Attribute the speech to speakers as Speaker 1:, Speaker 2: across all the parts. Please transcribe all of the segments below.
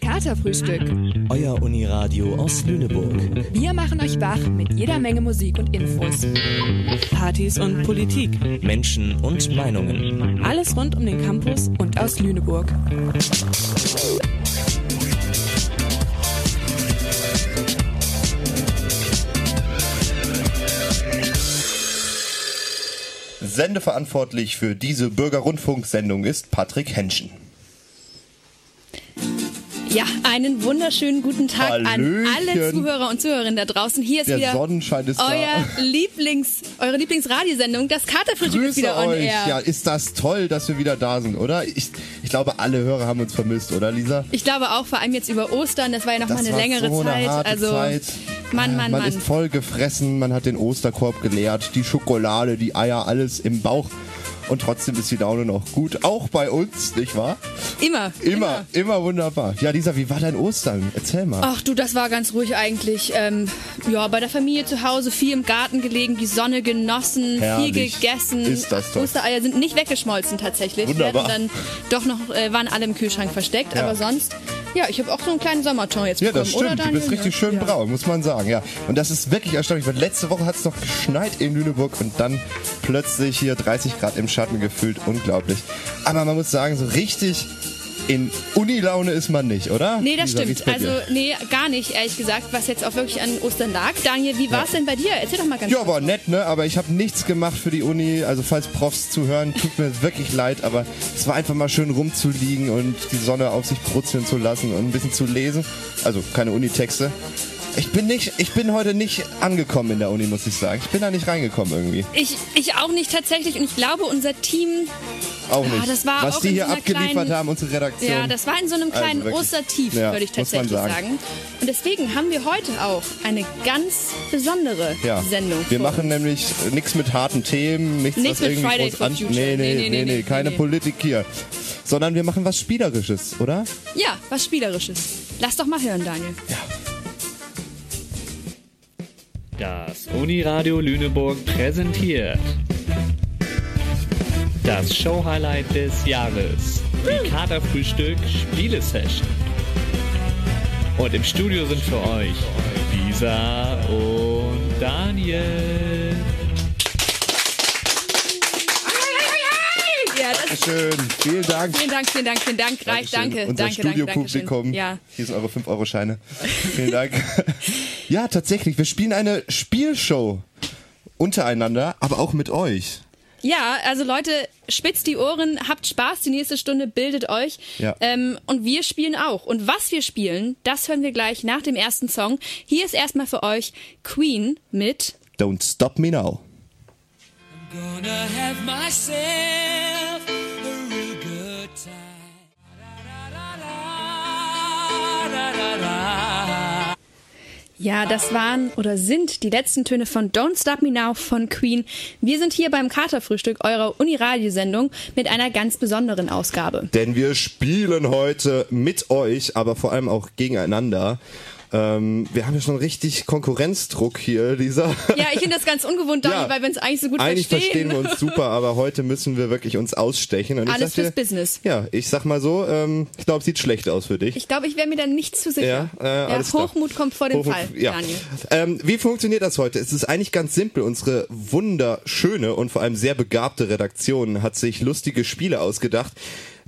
Speaker 1: Theaterfrühstück.
Speaker 2: Euer Uniradio aus Lüneburg.
Speaker 1: Wir machen euch wach mit jeder Menge Musik und Infos.
Speaker 3: Partys und Politik.
Speaker 2: Menschen und Meinungen.
Speaker 3: Alles rund um den Campus
Speaker 1: Und aus Lüneburg.
Speaker 4: Sendeverantwortlich für diese Bürgerrundfunksendung ist Patrick Henschen.
Speaker 5: Ja, einen wunderschönen guten Tag an alle
Speaker 4: Hallöchen.
Speaker 5: Zuhörer und Zuhörerinnen da draußen. Hier ist
Speaker 4: Der
Speaker 5: wieder Oh
Speaker 4: Sonnenschein ist da.
Speaker 5: euer Lieblings, eure Lieblingsradiosendung. Das Katerfrühstück ist
Speaker 4: Grüße
Speaker 5: wieder on
Speaker 4: euch.
Speaker 5: air.
Speaker 4: Ja, ist das toll, dass wir wieder da sind, oder? Ich, ich glaube, alle Hörer haben uns vermisst, oder Lisa?
Speaker 5: Ich glaube auch, vor allem jetzt über Ostern, das war ja nochmal
Speaker 4: Das
Speaker 5: eine
Speaker 4: war
Speaker 5: längere
Speaker 4: so eine
Speaker 5: Zeit.
Speaker 4: harte
Speaker 5: also
Speaker 4: Zeit. Äh,
Speaker 5: Mann, Mann,
Speaker 4: man
Speaker 5: Mann.
Speaker 4: ist voll gefressen, man hat den Osterkorb geleert, die Schokolade, die Eier, alles im Bauch. Und trotzdem ist die Laune noch gut. Auch bei uns, nicht wahr?
Speaker 5: Immer. Oh,
Speaker 4: Immer, immer, wunderbar. Ja, Lisa, wie war dein Ostern? Erzähl mal.
Speaker 5: Ach du, das war ganz ruhig eigentlich. Ähm, ja, bei der Familie zu Hause, viel im Garten gelegen, die Sonne genossen, viel
Speaker 4: Herrlich.
Speaker 5: gegessen.
Speaker 4: Ist das toll.
Speaker 5: Ostereier sind nicht weggeschmolzen tatsächlich.
Speaker 4: Wunderbar.
Speaker 5: Die hatten dann doch noch, äh, waren alle im Kühlschrank versteckt,
Speaker 4: Ja.
Speaker 5: aber sonst. Ja, ich habe auch so einen kleinen Sommerton jetzt
Speaker 4: Ja,
Speaker 5: bekommen,
Speaker 4: das
Speaker 5: oder
Speaker 4: stimmt. Du
Speaker 5: Daniel?
Speaker 4: bist richtig schön
Speaker 5: ja.
Speaker 4: braun, muss man sagen. Ja. Und das ist wirklich erstaunlich, weil letzte Woche hat es noch geschneit in Lüneburg und dann plötzlich hier 30 Grad im Schatten gefühlt. Unglaublich. Aber man muss sagen, so richtig in Unilaune ist man nicht, oder?
Speaker 5: Nee, das
Speaker 4: Lisa, wie ist
Speaker 5: stimmt.
Speaker 4: bei
Speaker 5: Also,
Speaker 4: dir?
Speaker 5: nee, gar nicht, ehrlich gesagt, was jetzt auch wirklich an Ostern lag. Daniel, wie war es denn bei dir? Erzähl doch mal ganz
Speaker 4: Ja, war nett, ne? Aber ich habe nichts gemacht für die Uni. Also falls Profs zuhören, tut mir wirklich leid. Aber es war einfach mal schön rumzuliegen und die Sonne auf sich brutzeln zu lassen und ein bisschen zu lesen. Also keine Unitexte. Ich bin nicht, ich bin heute nicht angekommen in der Uni, muss ich sagen. Ich bin da nicht reingekommen irgendwie.
Speaker 5: Ich, ich auch nicht tatsächlich und ich glaube, unser Team
Speaker 4: Auch
Speaker 5: Ah,
Speaker 4: nicht.
Speaker 5: das war
Speaker 4: Was
Speaker 5: auch
Speaker 4: die
Speaker 5: in
Speaker 4: hier
Speaker 5: so einer
Speaker 4: abgeliefert
Speaker 5: kleinen-
Speaker 4: haben, unsere Redaktion.
Speaker 5: Ja, das war in so einem
Speaker 4: Also
Speaker 5: kleinen
Speaker 4: wirklich.
Speaker 5: Ostertief,
Speaker 4: Ja,
Speaker 5: würde ich
Speaker 4: muss man
Speaker 5: tatsächlich sagen. Und deswegen haben wir heute auch eine ganz besondere
Speaker 4: ja.
Speaker 5: Sendung.
Speaker 4: Wir
Speaker 5: vor
Speaker 4: machen
Speaker 5: uns.
Speaker 4: nämlich nichts mit harten Themen, nichts, was
Speaker 5: Nichts mit
Speaker 4: irgendwie
Speaker 5: Friday
Speaker 4: groß
Speaker 5: for
Speaker 4: an...
Speaker 5: Future.
Speaker 4: Nee, nee, nee, nee,
Speaker 5: nee,
Speaker 4: keine
Speaker 5: nee.
Speaker 4: Politik hier. Sondern wir machen was Spielerisches, oder?
Speaker 5: Ja, was Spielerisches. Lass doch mal hören, Daniel.
Speaker 6: Das Uniradio Lüneburg präsentiert das Show-Highlight des Jahres. Die Katerfrühstück Spiele-Session. Und im Studio sind für euch Lisa und Daniel.
Speaker 5: Ja, das
Speaker 4: Schön, vielen Dank.
Speaker 5: Vielen Dank, vielen Dank, vielen Dank. Reicht, danke.
Speaker 4: Dankeschön. Unser
Speaker 5: danke,
Speaker 4: Studiopublikum.
Speaker 5: Danke, danke schön.
Speaker 4: Hier sind eure 5-Euro-Scheine. Vielen Dank. ja, tatsächlich. Wir spielen eine Spielshow untereinander, aber auch mit euch.
Speaker 5: ja. ja, also Leute, spitzt die Ohren, habt Spaß, die nächste Stunde bildet euch.
Speaker 4: Ja.
Speaker 5: Ähm, und wir spielen auch. Und was wir spielen, das hören wir gleich nach dem ersten Song. Hier ist erstmal für euch Queen mit
Speaker 4: Don't stop me now.
Speaker 7: Gonna have myself a real good time.
Speaker 5: Ja, das waren oder sind die letzten Töne von Don't Stop Me Now von Queen. Wir sind hier beim Katerfrühstück eurer Uniradiosendung mit einer ganz besonderen Ausgabe.
Speaker 4: Denn wir spielen heute mit euch, aber vor allem auch gegeneinander. Ähm, wir haben ja schon richtig Konkurrenzdruck hier, Lisa.
Speaker 5: Ja, ich finde das ganz ungewohnt, Daniel, weil wir uns eigentlich so gut
Speaker 4: eigentlich
Speaker 5: verstehen.
Speaker 4: verstehen. wir uns super, aber heute müssen wir wirklich uns ausstechen. Und
Speaker 5: Alles
Speaker 4: ich
Speaker 5: fürs
Speaker 4: sag dir,
Speaker 5: Business.
Speaker 4: Ja, ich sag mal so, ähm, ich glaube, sieht schlecht aus für dich.
Speaker 5: Ich glaube, ich wäre mir dann nicht zu
Speaker 4: Ja,
Speaker 5: sicher.
Speaker 4: äh, alles klar.
Speaker 5: Hochmut kommt vor dem
Speaker 4: Hochmut-
Speaker 5: Fall,
Speaker 4: ja.
Speaker 5: Daniel.
Speaker 4: Ähm, wie funktioniert das heute? Es ist eigentlich ganz simpel. Unsere wunderschöne und vor allem sehr begabte Redaktion hat sich lustige Spiele ausgedacht,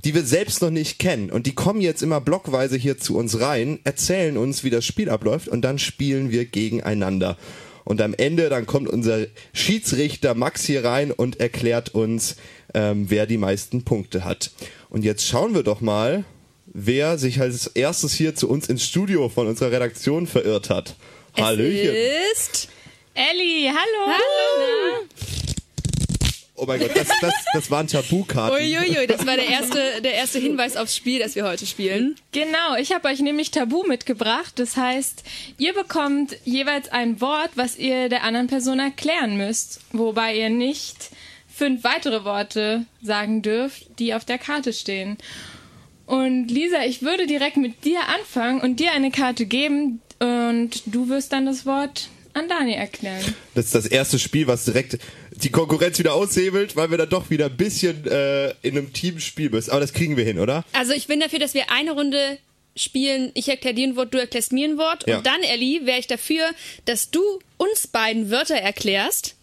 Speaker 4: die wir selbst noch nicht kennen. Und die kommen jetzt immer blockweise hier zu uns rein, erzählen uns, wie das Spiel abläuft und dann spielen wir gegeneinander. Und am Ende, dann kommt unser Schiedsrichter Max hier rein und erklärt uns, ähm, wer die meisten Punkte hat. Und jetzt schauen wir doch mal, wer sich als erstes hier zu uns ins Studio von unserer Redaktion verirrt hat. Hallöchen.
Speaker 5: Ist
Speaker 8: Elli, hallo.
Speaker 5: Hallo.
Speaker 4: Oh mein Gott, das, das, das waren Tabukarten.
Speaker 5: Uiuiui, das war der erste, der erste Hinweis aufs Spiel, das wir heute
Speaker 4: Mhm.
Speaker 5: spielen.
Speaker 8: Genau, ich habe euch nämlich Tabu mitgebracht. Das heißt, ihr bekommt jeweils ein Wort, was ihr der anderen Person erklären müsst, wobei ihr nicht fünf weitere Worte sagen dürft, die auf der Karte stehen. Und Lisa, ich würde direkt mit dir anfangen und dir eine Karte geben und du wirst dann das Wort an Dani erklären.
Speaker 4: Das ist das erste Spiel, was direkt die Konkurrenz wieder aushebelt, weil wir dann doch wieder ein bisschen äh, in einem Teamspiel müssen. Aber das kriegen wir hin, oder?
Speaker 5: Also ich bin dafür, dass wir eine Runde spielen, ich erkläre dir ein Wort, du erklärst mir ein Wort.
Speaker 4: Ja.
Speaker 5: Und dann, Ellie, wäre ich dafür, dass du uns beiden Wörter erklärst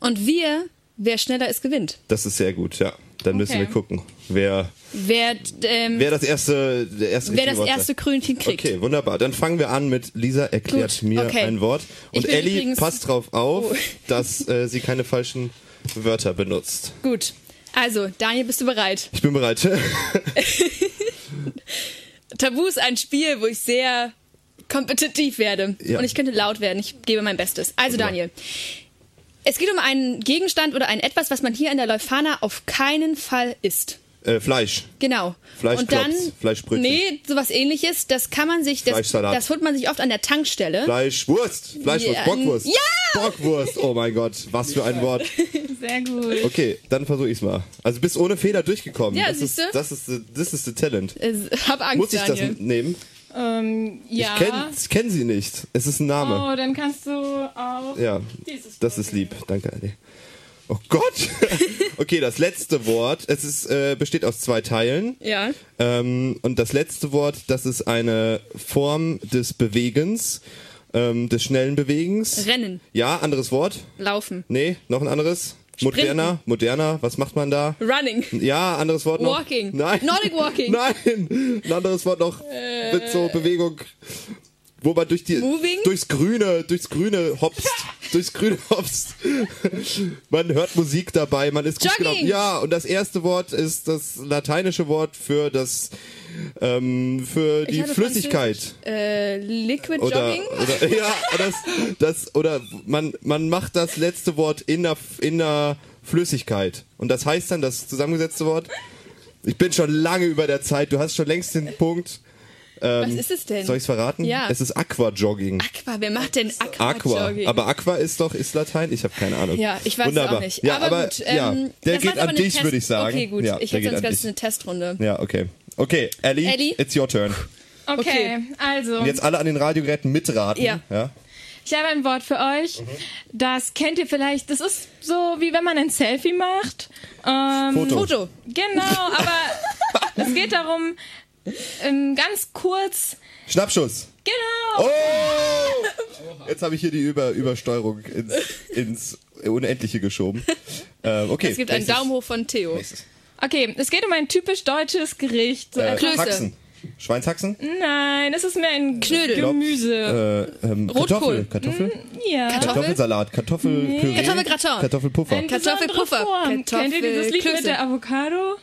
Speaker 5: und wir, wer schneller ist, gewinnt.
Speaker 4: Das ist sehr gut, ja. Dann müssen
Speaker 8: Okay.
Speaker 4: wir gucken, wer,
Speaker 5: Wer, ähm,
Speaker 4: wer das erste, der erste
Speaker 5: wer
Speaker 4: richtige
Speaker 5: das
Speaker 4: Wort
Speaker 5: erste
Speaker 4: sagt.
Speaker 5: Krönchen kriegt.
Speaker 4: Okay, wunderbar. Dann fangen wir an mit Lisa erklärt
Speaker 5: Gut,
Speaker 4: mir
Speaker 5: okay.
Speaker 4: ein Wort. Und
Speaker 5: Ich bin
Speaker 4: Ellie
Speaker 5: übrigens-
Speaker 4: passt drauf auf,
Speaker 5: Oh.
Speaker 4: dass äh, sie keine falschen Wörter benutzt.
Speaker 5: Gut. Also, Daniel, bist du bereit?
Speaker 4: Ich bin bereit.
Speaker 5: Tabu ist ein Spiel, wo ich sehr kompetitiv werde.
Speaker 4: Ja.
Speaker 5: Und ich könnte laut werden. Ich gebe mein Bestes. Also,
Speaker 4: Wunderbar.
Speaker 5: Daniel. Es geht um einen Gegenstand oder ein etwas, was man hier in der Leuphana auf keinen Fall isst.
Speaker 4: äh, Fleisch.
Speaker 5: Genau.
Speaker 4: Fleischklops,
Speaker 5: Und dann,
Speaker 4: Fleischbrötchen.
Speaker 5: Nee, sowas ähnliches. Das kann man sich, das,
Speaker 4: Fleischsalat.
Speaker 5: das holt man sich oft an der Tankstelle.
Speaker 4: Fleischwurst. Fleischwurst.
Speaker 5: Ja,
Speaker 4: Bockwurst.
Speaker 5: ja!
Speaker 4: Bockwurst. Oh mein Gott, was für ein Wort.
Speaker 8: Sehr gut.
Speaker 4: Okay, dann versuche ich's mal. Also bist ohne Fehler durchgekommen.
Speaker 5: Ja,
Speaker 4: das ist,
Speaker 5: siehste?
Speaker 4: das ist the- das ist the Talent.
Speaker 5: Äh, hab Angst,
Speaker 4: Muss ich das
Speaker 5: Daniel.
Speaker 4: nehmen?
Speaker 8: Ähm, ja.
Speaker 4: Ich kenne kenn sie nicht. Es ist ein Name.
Speaker 8: Oh, dann kannst du
Speaker 5: Oh.
Speaker 8: auch.
Speaker 4: Ja,
Speaker 8: Dieses
Speaker 4: das ist lieb. Danke, Adi. Oh Gott! okay, das letzte Wort. Es ist, äh, besteht aus zwei Teilen.
Speaker 5: Ja.
Speaker 4: Ähm, und das letzte Wort, das ist eine Form des Bewegens, ähm, des schnellen Bewegens.
Speaker 5: Rennen.
Speaker 4: Ja, anderes Wort?
Speaker 5: Laufen.
Speaker 4: Nee, noch ein anderes?
Speaker 5: Sprinten.
Speaker 4: Moderner, moderner, was macht man da?
Speaker 5: Running.
Speaker 4: Ja, anderes Wort noch.
Speaker 5: Walking.
Speaker 4: Nein.
Speaker 5: Nordic walking. Äh.
Speaker 4: Nein. Ein anderes Wort noch mit so Bewegung, wo man durch die
Speaker 5: Moving?
Speaker 4: durchs Grüne, durchs Grüne hopst, durchs Grüne hopst. Man hört Musik dabei, man ist gut
Speaker 5: Jogging.
Speaker 4: gelaufen. Ja, und das erste Wort ist das lateinische Wort für das ähm, für
Speaker 5: Ich
Speaker 4: die
Speaker 5: hatte
Speaker 4: Flüssigkeit
Speaker 5: Französisch. Äh, Liquid
Speaker 4: oder,
Speaker 5: Jogging.
Speaker 4: oder ja, das, das oder man man macht das letzte Wort in der in der Flüssigkeit und das heißt dann das zusammengesetzte Wort. Ich bin schon lange über der Zeit. Du hast schon längst den Punkt.
Speaker 5: Was ist es denn?
Speaker 4: Ähm, Soll ich es verraten?
Speaker 5: Ja.
Speaker 4: Es ist Aquajogging.
Speaker 5: Aqua, wer macht denn Aqua?
Speaker 4: Aqua.
Speaker 5: Jogging?
Speaker 4: Aber Aqua ist doch ist Latein. Ich habe keine Ahnung.
Speaker 5: Ja, ich weiß
Speaker 4: Wunderbar.
Speaker 5: es auch nicht.
Speaker 4: Ja,
Speaker 5: aber,
Speaker 4: aber
Speaker 5: gut,
Speaker 4: ja,
Speaker 5: ähm,
Speaker 4: der
Speaker 5: das
Speaker 4: geht
Speaker 5: war's aber
Speaker 4: an
Speaker 5: eine
Speaker 4: dich,
Speaker 5: Test-
Speaker 4: würde ich sagen.
Speaker 5: Okay, gut.
Speaker 4: Ja,
Speaker 5: ich
Speaker 4: der
Speaker 5: hätte
Speaker 4: geht
Speaker 5: sonst
Speaker 4: an
Speaker 5: ganz
Speaker 4: dich.
Speaker 5: eine Testrunde.
Speaker 4: Ja, okay. Okay, Ellie,
Speaker 5: Ellie?
Speaker 4: it's your turn.
Speaker 8: Okay,
Speaker 5: Okay.
Speaker 8: also.
Speaker 4: Und jetzt alle an den Radiogeräten mitraten.
Speaker 5: Ja.
Speaker 4: ja?
Speaker 8: Ich habe ein Wort für euch.
Speaker 4: Mhm.
Speaker 8: Das kennt ihr vielleicht. Das ist so, wie wenn man ein Selfie macht. Ähm,
Speaker 4: Foto.
Speaker 5: Foto.
Speaker 8: Genau, aber es geht darum, ähm, ganz kurz.
Speaker 4: Schnappschuss.
Speaker 8: Genau.
Speaker 4: Oh! Jetzt habe ich hier die Über Übersteuerung ins, ins Unendliche geschoben. Ähm, okay.
Speaker 5: Es gibt einen Daumen hoch von Theo.
Speaker 8: Okay, es geht um ein typisch deutsches Gericht. So
Speaker 4: Äh,
Speaker 8: ein-
Speaker 5: Klöße.
Speaker 4: Haxen. Schweinshaxen?
Speaker 8: Nein, es ist mehr ein
Speaker 5: Knödel.
Speaker 8: Gemüse. Hm.
Speaker 4: Äh, ähm, Kartoffel.
Speaker 5: Rotkohl.
Speaker 4: Kartoffel?
Speaker 8: Ja.
Speaker 4: Kartoffelsalat. Kartoffelpüree.
Speaker 5: Kartoffelgratin.
Speaker 4: Kartoffelpuffer.
Speaker 8: Ein
Speaker 5: Kartoffelpuffer.
Speaker 8: Form. Kennt ihr dieses Lied
Speaker 5: Kartoffelklöße.
Speaker 8: mit der Avocado?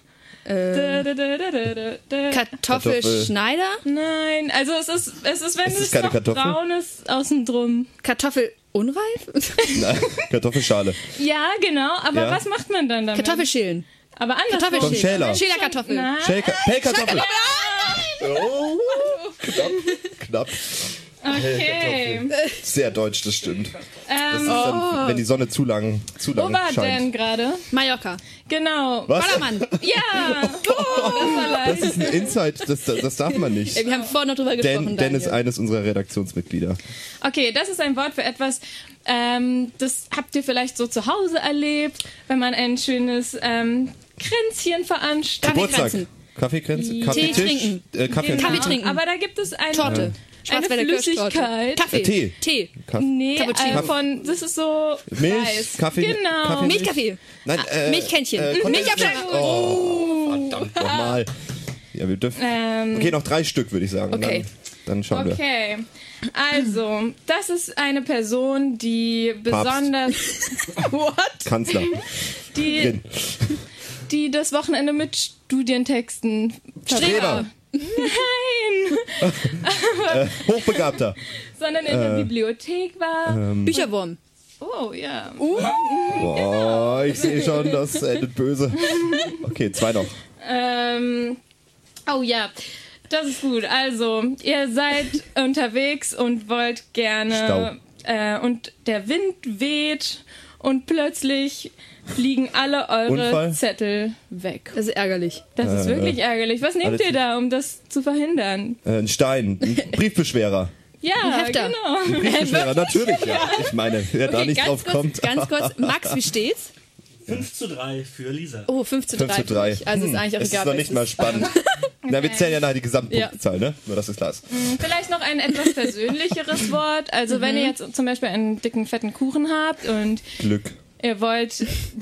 Speaker 8: Da, da, da, da, da, da, da.
Speaker 5: Ähm. Kartoffelschneider?
Speaker 8: Nein, also es ist, es ist wenn
Speaker 4: Es
Speaker 8: es,
Speaker 4: ist keine
Speaker 8: noch
Speaker 4: Kartoffel?
Speaker 8: braun ist, außen drum.
Speaker 5: Kartoffelunreif?
Speaker 4: Nein, Kartoffelschale.
Speaker 8: Ja, genau, aber
Speaker 4: Ja.
Speaker 8: was macht man dann damit?
Speaker 5: Kartoffelschälen.
Speaker 8: Aber anders.
Speaker 4: Schäler.
Speaker 5: Kartoffelschälen. Schälerkartoffeln.
Speaker 8: Nein.
Speaker 4: Schälka- Pellkartoffel. Oh, knapp, knapp.
Speaker 8: Okay.
Speaker 4: Sehr deutsch, das stimmt. Das ist dann, wenn die Sonne zu lang, zu
Speaker 8: ähm, Wo
Speaker 4: lang
Speaker 8: war denn
Speaker 4: scheint.
Speaker 8: gerade?
Speaker 5: Mallorca.
Speaker 8: Genau.
Speaker 4: Was?
Speaker 5: Ballermann.
Speaker 8: Ja. Oh,
Speaker 4: Das ist ein Insight, das, das darf man nicht.
Speaker 5: Ey, wir haben vorhin noch drüber gesprochen.
Speaker 4: Denn, denn ist
Speaker 5: Daniel.
Speaker 4: eines unserer Redaktionsmitglieder.
Speaker 8: Okay, das ist ein Wort für etwas, ähm, das habt ihr vielleicht so zu Hause erlebt, wenn man ein schönes ähm, Kränzchen veranstaltet.
Speaker 4: Geburtstag.
Speaker 5: Kaffeekränzen.
Speaker 4: Kaffeekränze, Kaffeetisch,
Speaker 5: trinken.
Speaker 4: äh, Kaffee,
Speaker 8: Genau.
Speaker 5: Kaffee trinken.
Speaker 8: Aber da gibt es eine,
Speaker 5: Torte.
Speaker 8: eine
Speaker 5: Schwarzwälder Kirschtorte.
Speaker 8: Flüssigkeit.
Speaker 5: Kaffee.
Speaker 4: Äh, Tee.
Speaker 5: Tee.
Speaker 4: Kaffee,
Speaker 8: Nee,
Speaker 5: Cappuccino.
Speaker 8: äh, von, das ist so
Speaker 4: Milch,
Speaker 8: weiß.
Speaker 4: Kaffee,
Speaker 8: Genau.
Speaker 4: Kaffee,
Speaker 5: Milchkaffee.
Speaker 4: Nein, äh,
Speaker 5: Ah, Milchkännchen.
Speaker 4: Äh,
Speaker 5: Milch
Speaker 4: Kondensiert-
Speaker 5: auf der-
Speaker 4: oh, verdammt nochmal. Ja, wir dürfen.
Speaker 8: Ähm.
Speaker 4: okay, noch drei Stück würde ich sagen.
Speaker 5: Okay.
Speaker 4: Dann, dann schauen wir.
Speaker 8: Okay, also, das ist eine Person, die besonders,
Speaker 4: Kanzler.
Speaker 8: die,
Speaker 4: Drin.
Speaker 8: die das Wochenende mit Studientexten
Speaker 4: Streber.
Speaker 8: verbringt. Nein,
Speaker 4: Äh, Hochbegabter.
Speaker 8: sondern in der Bibliothek war.
Speaker 5: Bücherwurm.
Speaker 8: Oh, ja.
Speaker 4: Boah, ich sehe schon, das endet böse. Okay, zwei noch.
Speaker 8: Ähm, oh ja, das ist gut. Also, ihr seid unterwegs und wollt gerne. Äh, und der Wind weht und plötzlich fliegen alle eure
Speaker 4: Unfall?
Speaker 8: Zettel weg.
Speaker 5: Das ist ärgerlich.
Speaker 8: Das ist
Speaker 4: Äh,
Speaker 8: wirklich ärgerlich. Was nehmt
Speaker 4: alles-
Speaker 8: ihr da, um das zu verhindern?
Speaker 4: Äh, ein Stein, ein Briefbeschwerer.
Speaker 8: Ja,
Speaker 5: Hefter.
Speaker 8: genau.
Speaker 4: Briefbeschwerer, natürlich, ja. Ich meine, wer da nicht
Speaker 5: ganz
Speaker 4: drauf
Speaker 5: kurz,
Speaker 4: kommt.
Speaker 5: Ganz kurz. Max, wie steht's?
Speaker 9: 5 zu 3 für Lisa.
Speaker 5: Oh, 5 zu 3.
Speaker 4: 5 zu Hm.
Speaker 5: für
Speaker 4: 3.
Speaker 5: mich. Also ist eigentlich auch
Speaker 4: es
Speaker 5: egal.
Speaker 4: ist noch
Speaker 5: wer
Speaker 4: nicht
Speaker 5: es
Speaker 4: mal
Speaker 5: ist.
Speaker 4: spannend. Na, wir zählen ja nachher die Gesamtpunktzahl, ne? Nur, dass es klar ist.
Speaker 8: Vielleicht noch ein etwas persönlicheres Wort. Also wenn ihr
Speaker 5: Mhm.
Speaker 8: jetzt zum Beispiel einen dicken, fetten Kuchen habt und
Speaker 4: Glück.
Speaker 8: ihr wollt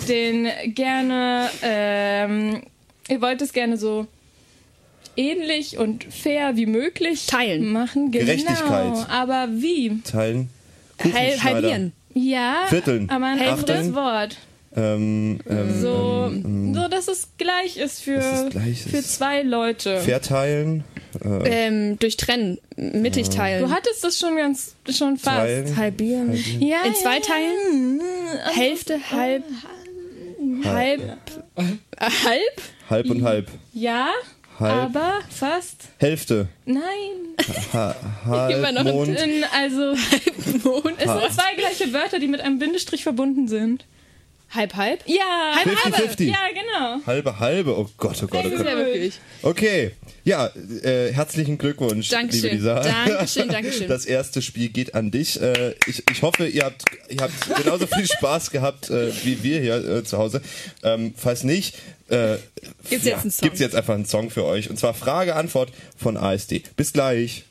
Speaker 8: den gerne, ähm, ihr wollt es gerne so ähnlich und fair wie möglich
Speaker 5: Teilen.
Speaker 8: machen. Genau.
Speaker 4: Gerechtigkeit.
Speaker 8: Aber wie?
Speaker 4: Teilen.
Speaker 5: Hal-
Speaker 4: Kuchenschneider.
Speaker 5: halbieren.
Speaker 8: Ja,
Speaker 4: Vierteln.
Speaker 8: aber ein
Speaker 5: Hälfte.
Speaker 8: anderes Wort.
Speaker 4: Ähm, ähm,
Speaker 8: So, so, dass es gleich ist für,
Speaker 4: Dass es gleich
Speaker 8: für
Speaker 4: ist.
Speaker 8: zwei Leute.
Speaker 4: ähm, verteilen. Äh,
Speaker 5: Ähm, durchtrennen, mittig teilen.
Speaker 8: Du hattest das schon ganz, schon fast.
Speaker 4: teilen.
Speaker 5: halbieren.
Speaker 8: Ja,
Speaker 5: In zwei
Speaker 8: ja,
Speaker 5: Teilen?
Speaker 8: ja.
Speaker 5: Hälfte, halb, halb, Äh, halb?
Speaker 4: Halb und halb.
Speaker 8: Ja,
Speaker 4: Halb.
Speaker 8: aber fast.
Speaker 4: Hälfte.
Speaker 8: Nein.
Speaker 4: Ha
Speaker 5: Immer noch
Speaker 4: halb
Speaker 5: im
Speaker 4: Mond.
Speaker 8: In, also,
Speaker 5: Mond.
Speaker 8: es sind zwei gleiche Wörter, die mit einem Bindestrich verbunden sind.
Speaker 5: Halb, halb?
Speaker 8: Ja, halb,
Speaker 4: 50-50.
Speaker 8: Ja, genau.
Speaker 4: Halbe, halbe. Oh Gott, oh Gott, oh
Speaker 5: Das ist
Speaker 4: Gott.
Speaker 5: ja wirklich.
Speaker 4: Okay. Ja, äh, herzlichen Glückwunsch,
Speaker 5: Dankeschön.
Speaker 4: liebe Lisa.
Speaker 5: Dankeschön, Dankeschön.
Speaker 4: Das erste Spiel geht an dich. Äh, ich, ich hoffe, ihr habt, ihr habt genauso viel Spaß gehabt äh, wie wir hier äh, zu Hause. Ähm, falls nicht, äh,
Speaker 5: Gibt's jetzt einen Song?
Speaker 4: gibt's jetzt einfach einen Song für euch. Und zwar Frage, Antwort von ASD. Bis gleich.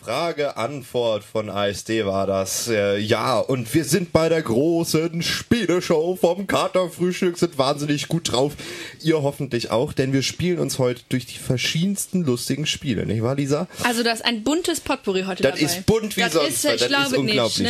Speaker 4: Frage, Antwort von ASD war das. Äh, ja, und wir sind bei der großen Spieleshow vom Katerfrühstück, sind wahnsinnig gut drauf. Ihr hoffentlich auch, denn wir spielen uns heute durch die verschiedensten lustigen Spiele, nicht wahr, Lisa?
Speaker 5: Also da ist ein buntes Potpourri heute
Speaker 4: Das
Speaker 5: dabei.
Speaker 4: ist bunt wie
Speaker 5: das
Speaker 4: sonst.
Speaker 5: Ist,
Speaker 4: was.
Speaker 5: ich glaube
Speaker 4: ist unglaublich.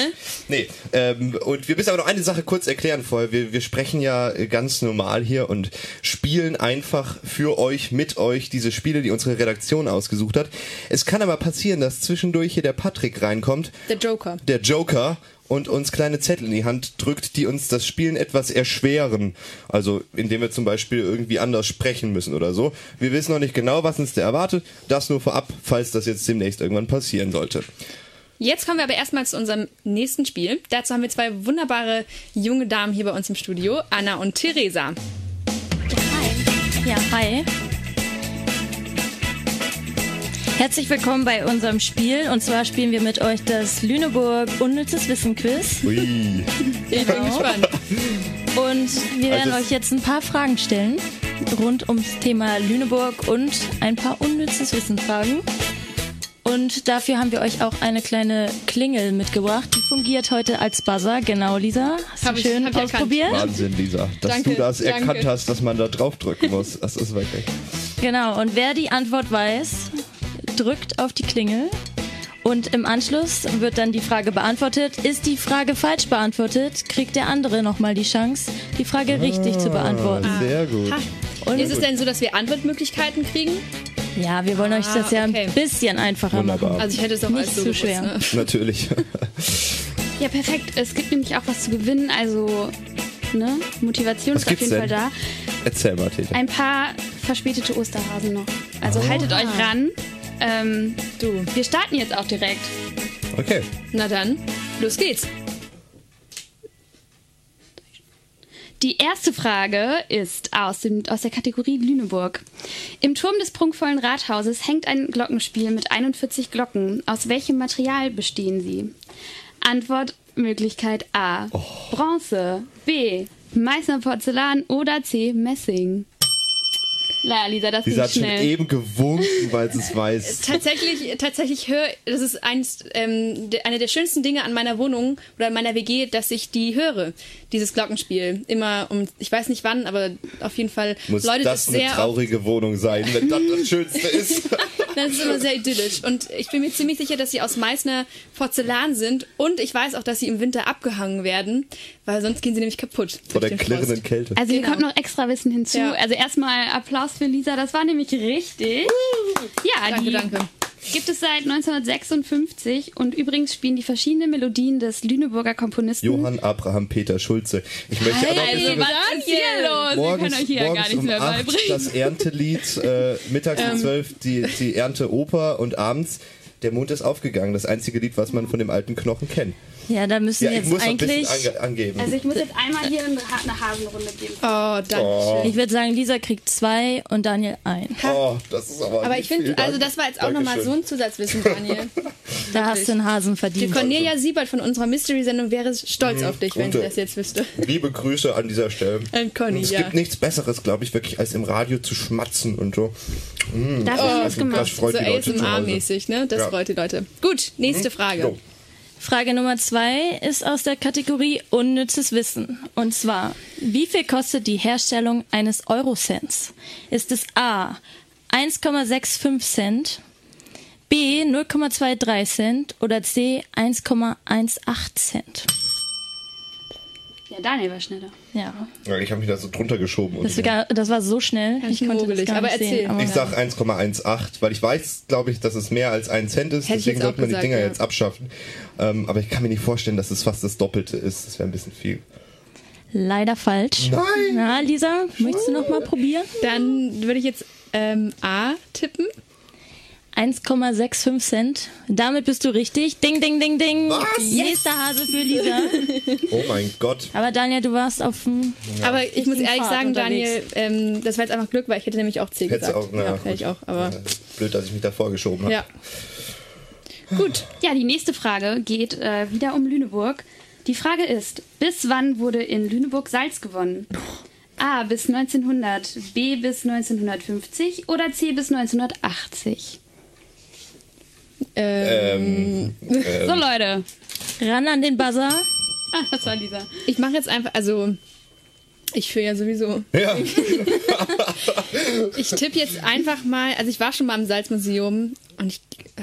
Speaker 5: Nicht, ne?
Speaker 4: Nee, ähm, und wir müssen aber noch eine Sache kurz erklären vorher. Wir, wir sprechen ja äh, ganz normal hier und spielen einfach für euch, mit euch diese Spiele, die unsere Redaktion ausgesucht hat. Es kann aber passieren, dass zwischendurch hier der Patrick reinkommt,
Speaker 5: Der Joker.
Speaker 4: der Joker, und uns kleine Zettel in die Hand drückt, die uns das Spielen etwas erschweren. Also indem wir zum Beispiel irgendwie anders sprechen müssen oder so. Wir wissen noch nicht genau, was uns da erwartet. Das nur vorab, falls das jetzt demnächst irgendwann passieren sollte.
Speaker 5: Jetzt kommen wir aber erstmal zu unserem nächsten Spiel. Dazu haben wir zwei wunderbare junge Damen hier bei uns im Studio, Anna und Theresa.
Speaker 10: Ja, hi. Herzlich willkommen bei unserem Spiel. Und zwar spielen wir mit euch das Lüneburg Unnützes Wissen Quiz. Genau.
Speaker 4: Ui.
Speaker 5: Ich bin gespannt.
Speaker 10: Und wir werden
Speaker 4: Also-
Speaker 10: euch jetzt ein paar Fragen stellen rund ums Thema Lüneburg und ein paar unnützes Wissen fragen. Und dafür haben wir euch auch eine kleine Klingel mitgebracht. Die fungiert heute als Buzzer. Genau, Lisa. Hast
Speaker 5: Hab
Speaker 10: du
Speaker 5: ich-
Speaker 10: schön
Speaker 5: hab ich erkannt.
Speaker 10: ausprobiert?
Speaker 4: Wahnsinn, Lisa, dass
Speaker 5: Danke,
Speaker 4: du das
Speaker 5: danke.
Speaker 4: erkannt hast, dass man da draufdrücken muss. Das ist wirklich.
Speaker 10: Genau, und wer die Antwort weiß, drückt auf die Klingel. Und im Anschluss wird dann die Frage beantwortet. Ist die Frage falsch beantwortet, kriegt der andere nochmal die Chance, die Frage richtig zu beantworten.
Speaker 4: Ah, Sehr gut.
Speaker 10: Und
Speaker 5: Ah, Ist es denn so, dass wir Antwortmöglichkeiten kriegen? Ah,
Speaker 10: ja, wir wollen euch das ja
Speaker 5: okay.
Speaker 10: ein bisschen einfacher
Speaker 4: Wunderbar.
Speaker 5: Also ich hätte es auch
Speaker 10: Nicht
Speaker 5: als so
Speaker 10: zu
Speaker 5: gewusst,
Speaker 10: schwer.
Speaker 5: Ne?
Speaker 4: Natürlich.
Speaker 11: Ja, perfekt. Es gibt nämlich auch was zu gewinnen, also ne? Motivation
Speaker 4: Was
Speaker 11: ist auf
Speaker 4: gibt's
Speaker 11: jeden Fall
Speaker 4: denn?
Speaker 11: da.
Speaker 4: Erzähl mal, Tete.
Speaker 11: Ein paar verspätete Osterhasen noch. Also
Speaker 4: Ah.
Speaker 11: haltet euch
Speaker 5: Ah.
Speaker 11: ran. Ähm, du, wir starten jetzt auch direkt.
Speaker 4: Okay.
Speaker 5: Na dann, los geht's.
Speaker 11: Die erste Frage ist aus, dem, aus der Kategorie Lüneburg. Im Turm des prunkvollen Rathauses hängt ein Glockenspiel mit 41 Glocken. Aus welchem Material bestehen sie? Antwortmöglichkeit A.
Speaker 4: Oh.
Speaker 11: Bronze. B. Meißner Porzellan oder C. Messing. Na, Lisa, das
Speaker 4: Lisa
Speaker 11: ging
Speaker 4: hat schon
Speaker 11: schnell.
Speaker 4: eben gewunken, weil sie es weiß.
Speaker 5: Tatsächlich, tatsächlich höre, das ist eins, ähm, de, eine der schönsten Dinge an meiner Wohnung oder an meiner WG, dass ich die höre, dieses Glockenspiel. Immer um, ich weiß nicht wann, aber auf jeden Fall
Speaker 4: Muss
Speaker 5: läutet es
Speaker 4: das eine
Speaker 5: sehr oft.
Speaker 4: traurige Wohnung sein, wenn das das Schönste ist?
Speaker 5: Das ist immer sehr idyllisch. Und ich bin mir ziemlich sicher, dass sie aus Meißner Porzellan sind. Und ich weiß auch, dass sie im Winter abgehangen werden, weil sonst gehen sie nämlich kaputt.
Speaker 4: Vor
Speaker 5: durch
Speaker 4: der
Speaker 5: den
Speaker 4: klirrenden
Speaker 5: Frost.
Speaker 4: Kälte.
Speaker 11: Also hier
Speaker 5: Genau.
Speaker 11: kommt noch extra Wissen hinzu.
Speaker 5: Ja.
Speaker 11: Also erstmal Applaus für Lisa, das war nämlich richtig. Ja,
Speaker 5: Uh, Danke,
Speaker 11: die
Speaker 5: danke.
Speaker 11: gibt es seit 1956 und übrigens spielen die verschiedenen Melodien des Lüneburger Komponisten.
Speaker 4: Johann Abraham Peter Schulze. Ich möchte aber
Speaker 11: Also,
Speaker 4: wissen,
Speaker 11: was ist hier los? Wir
Speaker 4: morgens,
Speaker 11: können euch hier ja
Speaker 4: morgens
Speaker 11: gar nichts
Speaker 4: um
Speaker 11: mehr
Speaker 4: 8
Speaker 11: beibringen.
Speaker 5: Ähm.
Speaker 4: das Erntelied, äh, mittags um 12 die, die Ernteoper und abends Der Mond ist aufgegangen, das einzige Lied, was man von dem alten Knochen kennt.
Speaker 10: Ja, da müssen
Speaker 4: Ja, ich
Speaker 10: jetzt
Speaker 4: muss noch ein
Speaker 10: eigentlich.
Speaker 4: bisschen ange angeben.
Speaker 11: Also ich muss jetzt einmal hier eine Ha- eine Hasenrunde geben.
Speaker 5: Oh, danke.
Speaker 10: Ich würde sagen, Lisa kriegt zwei und Daniel ein.
Speaker 4: oh, das ist aber.
Speaker 5: Aber
Speaker 4: nicht
Speaker 5: ich
Speaker 4: viel.
Speaker 5: finde, also das war jetzt auch nochmal
Speaker 4: Dankeschön.
Speaker 5: so ein Zusatzwissen, Daniel.
Speaker 10: Da hast du einen Hasen
Speaker 5: Die
Speaker 10: verdient.
Speaker 5: Cornelia Siebert von unserer Mystery-Sendung wäre stolz auf dich, wenn sie
Speaker 4: Mhm. Gute.
Speaker 5: das jetzt wüsste.
Speaker 4: Liebe Grüße an dieser Stelle.
Speaker 5: An Conny,
Speaker 4: es
Speaker 5: ja.
Speaker 4: gibt nichts Besseres, glaube ich, wirklich, als im Radio zu schmatzen und so. Mm. Oh,
Speaker 11: Dafür haben wir es
Speaker 4: Das
Speaker 11: gemacht.
Speaker 4: freut
Speaker 5: So
Speaker 4: die Leute zu Hause.
Speaker 5: ASMR-mäßig, ne? Das
Speaker 4: Ja. Mhm.
Speaker 5: freut die Leute. Gut, nächste Frage.
Speaker 4: So.
Speaker 10: Frage Nummer zwei ist aus der Kategorie Unnützes Wissen. Und zwar, wie viel kostet die Herstellung eines Eurocents? Ist es A 1,65 Cent, B 0,23 Cent oder C 1,18 Cent?
Speaker 11: Ja, Daniel war schneller.
Speaker 10: Ja,
Speaker 4: Ja, ich habe mich da so drunter geschoben.
Speaker 10: das,
Speaker 4: Und
Speaker 10: war gar, das war so schnell. Ich konnte das
Speaker 5: mogelig,
Speaker 10: gar
Speaker 5: aber
Speaker 10: nicht
Speaker 5: erzähl.
Speaker 10: sehen. Aber
Speaker 4: Oh, ich sag 1,18, weil ich weiß, glaube ich, dass es mehr als ein Cent ist.
Speaker 5: Hätte ich
Speaker 4: deswegen
Speaker 5: jetzt auch
Speaker 4: sollte man
Speaker 5: gesagt,
Speaker 4: die Dinger
Speaker 5: ja.
Speaker 4: jetzt abschaffen. Ähm, aber ich kann mir nicht vorstellen, dass es fast das Doppelte ist. Das wäre ein bisschen viel.
Speaker 10: leider falsch.
Speaker 4: Nein.
Speaker 10: Na, Lisa, möchtest du noch mal probieren?
Speaker 5: Dann würde ich jetzt ähm, A tippen.
Speaker 10: 1,65 Cent. Damit bist du richtig. Ding, ding, ding, ding.
Speaker 4: Was?
Speaker 10: Nächster Hase für Lisa.
Speaker 4: Oh mein Gott.
Speaker 10: Aber Daniel, du warst auf dem.
Speaker 5: Aber ich, muss
Speaker 10: bin
Speaker 5: ehrlich
Speaker 10: fad
Speaker 5: sagen, Daniel,
Speaker 10: unterwegs.
Speaker 5: ähm, das war jetzt einfach Glück, weil ich hätte nämlich auch C
Speaker 4: Hättest
Speaker 5: gesagt.
Speaker 4: auch, na,
Speaker 5: ja,
Speaker 4: gut.
Speaker 5: hätte ich auch, aber
Speaker 4: Ja, blöd, dass ich mich davor geschoben habe.
Speaker 5: ja. Gut,
Speaker 11: Ja, die nächste Frage geht äh, wieder um Lüneburg. Die Frage ist, bis wann wurde in Lüneburg Salz gewonnen? A bis 1900, B bis 1950 oder C bis 1980?
Speaker 5: ähm,
Speaker 4: Ähm,
Speaker 11: So Leute,
Speaker 10: Ran an den Buzzer.
Speaker 11: ah, das war dieser.
Speaker 5: ich mache jetzt einfach, also ich fühle ja sowieso.
Speaker 4: ja.
Speaker 5: Ich tippe jetzt einfach mal, also ich war schon mal im Salzmuseum und ich, äh,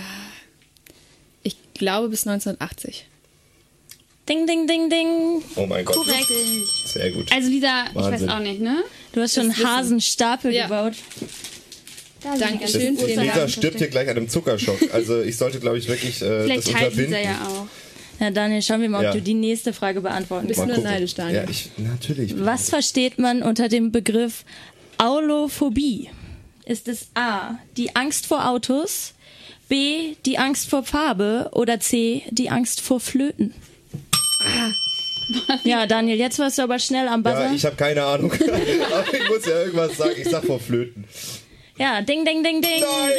Speaker 5: ich glaube bis 1980.
Speaker 10: Ding, ding, ding, ding.
Speaker 4: Oh mein Gott.
Speaker 10: Korrekt.
Speaker 4: Sehr gut.
Speaker 11: Also Lisa, ich
Speaker 4: Wahnsinn.
Speaker 11: weiß auch nicht, ne?
Speaker 10: Du hast schon einen Hasenstapel
Speaker 5: Ja.
Speaker 10: gebaut.
Speaker 11: Da sind die ganzen
Speaker 5: Dankeschön,
Speaker 11: Ostern-
Speaker 5: vielen Dank.
Speaker 4: Lisa stirbt hier gleich an einem Zuckerschock. Also ich sollte, glaube ich, wirklich äh,
Speaker 11: Vielleicht
Speaker 4: das
Speaker 11: teilt
Speaker 4: unterbinden.
Speaker 11: Lisa ja auch.
Speaker 10: Na, Daniel, schauen wir mal, ob
Speaker 4: Ja.
Speaker 10: du die nächste Frage beantworten
Speaker 5: Bist
Speaker 10: kannst.
Speaker 5: du nur
Speaker 4: gucken.
Speaker 5: neidisch, Daniel?
Speaker 4: Ja, ich, natürlich.
Speaker 10: Was versteht man unter dem Begriff Aulophobie? Ist es A, die Angst vor Autos, B, die Angst vor Farbe oder C, die Angst vor Flöten?
Speaker 11: Ah.
Speaker 10: Ja, Daniel, jetzt warst du aber schnell am
Speaker 4: Ja,
Speaker 10: Buzzer.
Speaker 4: ich habe keine Ahnung. Aber ich muss ja irgendwas sagen. Ich sag vor Flöten.
Speaker 10: Ja, ding, ding, ding, ding.
Speaker 4: Nein,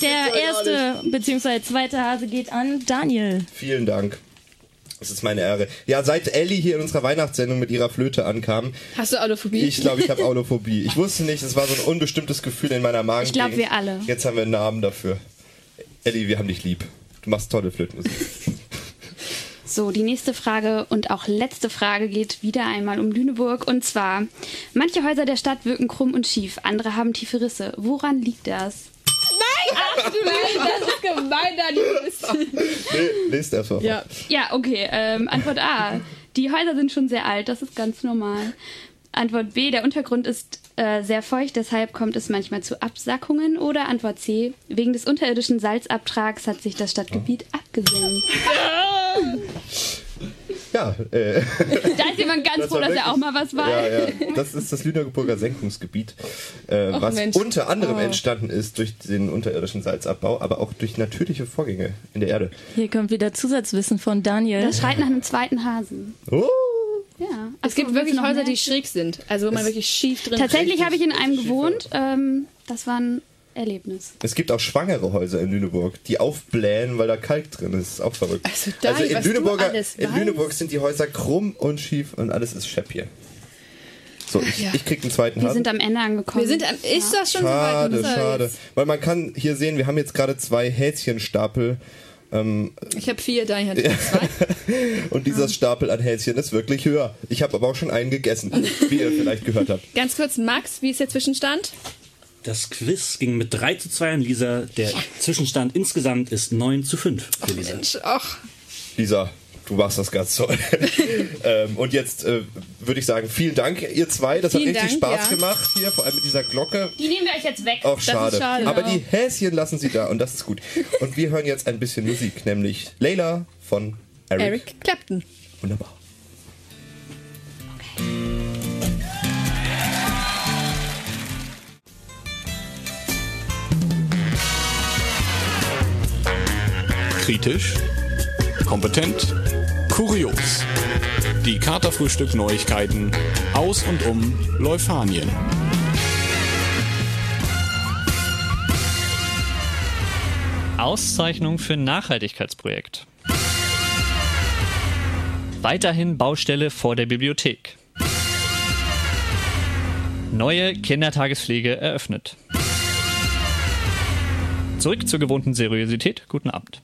Speaker 4: das gibt's
Speaker 10: der
Speaker 4: doch
Speaker 10: erste bzw. zweite Hase geht an Daniel.
Speaker 4: Vielen Dank. Das ist meine Ehre. Ja, seit Ellie hier in unserer Weihnachtssendung mit ihrer Flöte ankam,
Speaker 5: Hast du Allophobie?
Speaker 4: ich glaube, ich habe Aulophobie. Ich wusste nicht, es war so ein unbestimmtes Gefühl in meiner Magen.
Speaker 11: Ich glaub, wir alle.
Speaker 4: Jetzt haben wir einen Namen dafür. Ellie, wir haben dich lieb. Du machst tolle Flötenmusik.
Speaker 11: So, die nächste Frage und auch letzte Frage geht wieder einmal um Lüneburg. Und zwar, manche Häuser der Stadt wirken krumm und schief, andere haben tiefe Risse. Woran liegt das?
Speaker 5: gemein, Daniel. du bist-
Speaker 4: Nee, lest erst mal.
Speaker 5: Ja.
Speaker 11: Ja, okay. Ähm, Antwort A. Die Häuser sind schon sehr alt, das ist ganz normal. Antwort B. Der Untergrund ist äh, sehr feucht, deshalb kommt es manchmal zu Absackungen. Oder Antwort C. Wegen des unterirdischen Salzabtrags hat sich das Stadtgebiet
Speaker 4: Oh.
Speaker 11: abgesenkt.
Speaker 4: Ja, äh,
Speaker 11: Da ist jemand ganz
Speaker 4: Das
Speaker 11: froh,
Speaker 4: war
Speaker 11: dass er
Speaker 4: wirklich-
Speaker 11: auch mal was weiß.
Speaker 4: ja, ja. Das ist das Lüneburger Senkungsgebiet, äh, was
Speaker 5: Mensch.
Speaker 4: unter anderem entstanden ist durch den unterirdischen Salzabbau, aber auch durch natürliche Vorgänge in der Erde.
Speaker 10: Hier kommt wieder Zusatzwissen von Daniel.
Speaker 11: Das schreit nach einem zweiten Hasen.
Speaker 4: Oh,
Speaker 11: Ja.
Speaker 5: Es gibt wirklich Häuser, die schräg sind. Also wo man wirklich schief drin
Speaker 11: Tatsächlich habe ich in einem gewohnt. Ähm, das war ein Erlebnis.
Speaker 4: Es gibt auch schwangere Häuser in Lüneburg, die aufblähen, weil da Kalk drin ist. Ist auch verrückt.
Speaker 5: Also, Dani,
Speaker 4: in,
Speaker 5: was du
Speaker 4: Lüneburger,
Speaker 5: alles
Speaker 4: in
Speaker 5: weißt.
Speaker 4: Lüneburg sind die Häuser krumm und schief und alles ist Scheppje. So, ich,
Speaker 5: Ja.
Speaker 4: ich krieg einen zweiten
Speaker 11: Wir
Speaker 4: Hasen.
Speaker 11: sind am Ende angekommen.
Speaker 5: Wir sind am, ist das schon
Speaker 4: Schade,
Speaker 5: soweit?
Speaker 4: schade. Weil man kann hier sehen, wir haben jetzt gerade zwei Häschenstapel. ähm,
Speaker 5: Ich habe vier, Daniel hat zwei. Ah.
Speaker 4: Und dieser Stapel an Häschen ist wirklich höher. Ich habe aber auch schon einen gegessen, wie ihr vielleicht gehört habt.
Speaker 5: Ganz kurz, Max, wie ist der Zwischenstand?
Speaker 9: Das Quiz ging mit 3 zu 2 an Lisa. Der Zwischenstand insgesamt ist 9 zu 5 für Lisa.
Speaker 5: Och,
Speaker 4: Lisa, du machst das ganz toll. ähm, und jetzt äh, würde ich sagen, vielen Dank, ihr zwei. Das
Speaker 5: Vielen
Speaker 4: hat richtig
Speaker 5: Dank,
Speaker 4: Spaß
Speaker 5: ja.
Speaker 4: gemacht hier, vor allem mit dieser Glocke.
Speaker 11: die nehmen wir euch jetzt weg.
Speaker 4: Auch
Speaker 5: ist
Speaker 4: schade.
Speaker 5: schade,
Speaker 4: Aber
Speaker 5: genau.
Speaker 4: die Häschen lassen sie da und das ist gut. Und wir hören jetzt ein bisschen Musik, nämlich Layla von Eric.
Speaker 5: Eric Clapton.
Speaker 4: Wunderbar.
Speaker 12: Kritisch, kompetent, kurios. Die Katerfrühstück Neuigkeiten aus und um Leufanien.
Speaker 6: Auszeichnung für Nachhaltigkeitsprojekt. Weiterhin Baustelle vor der Bibliothek. Neue Kindertagespflege eröffnet. Zurück zur gewohnten Seriosität. Guten Abend.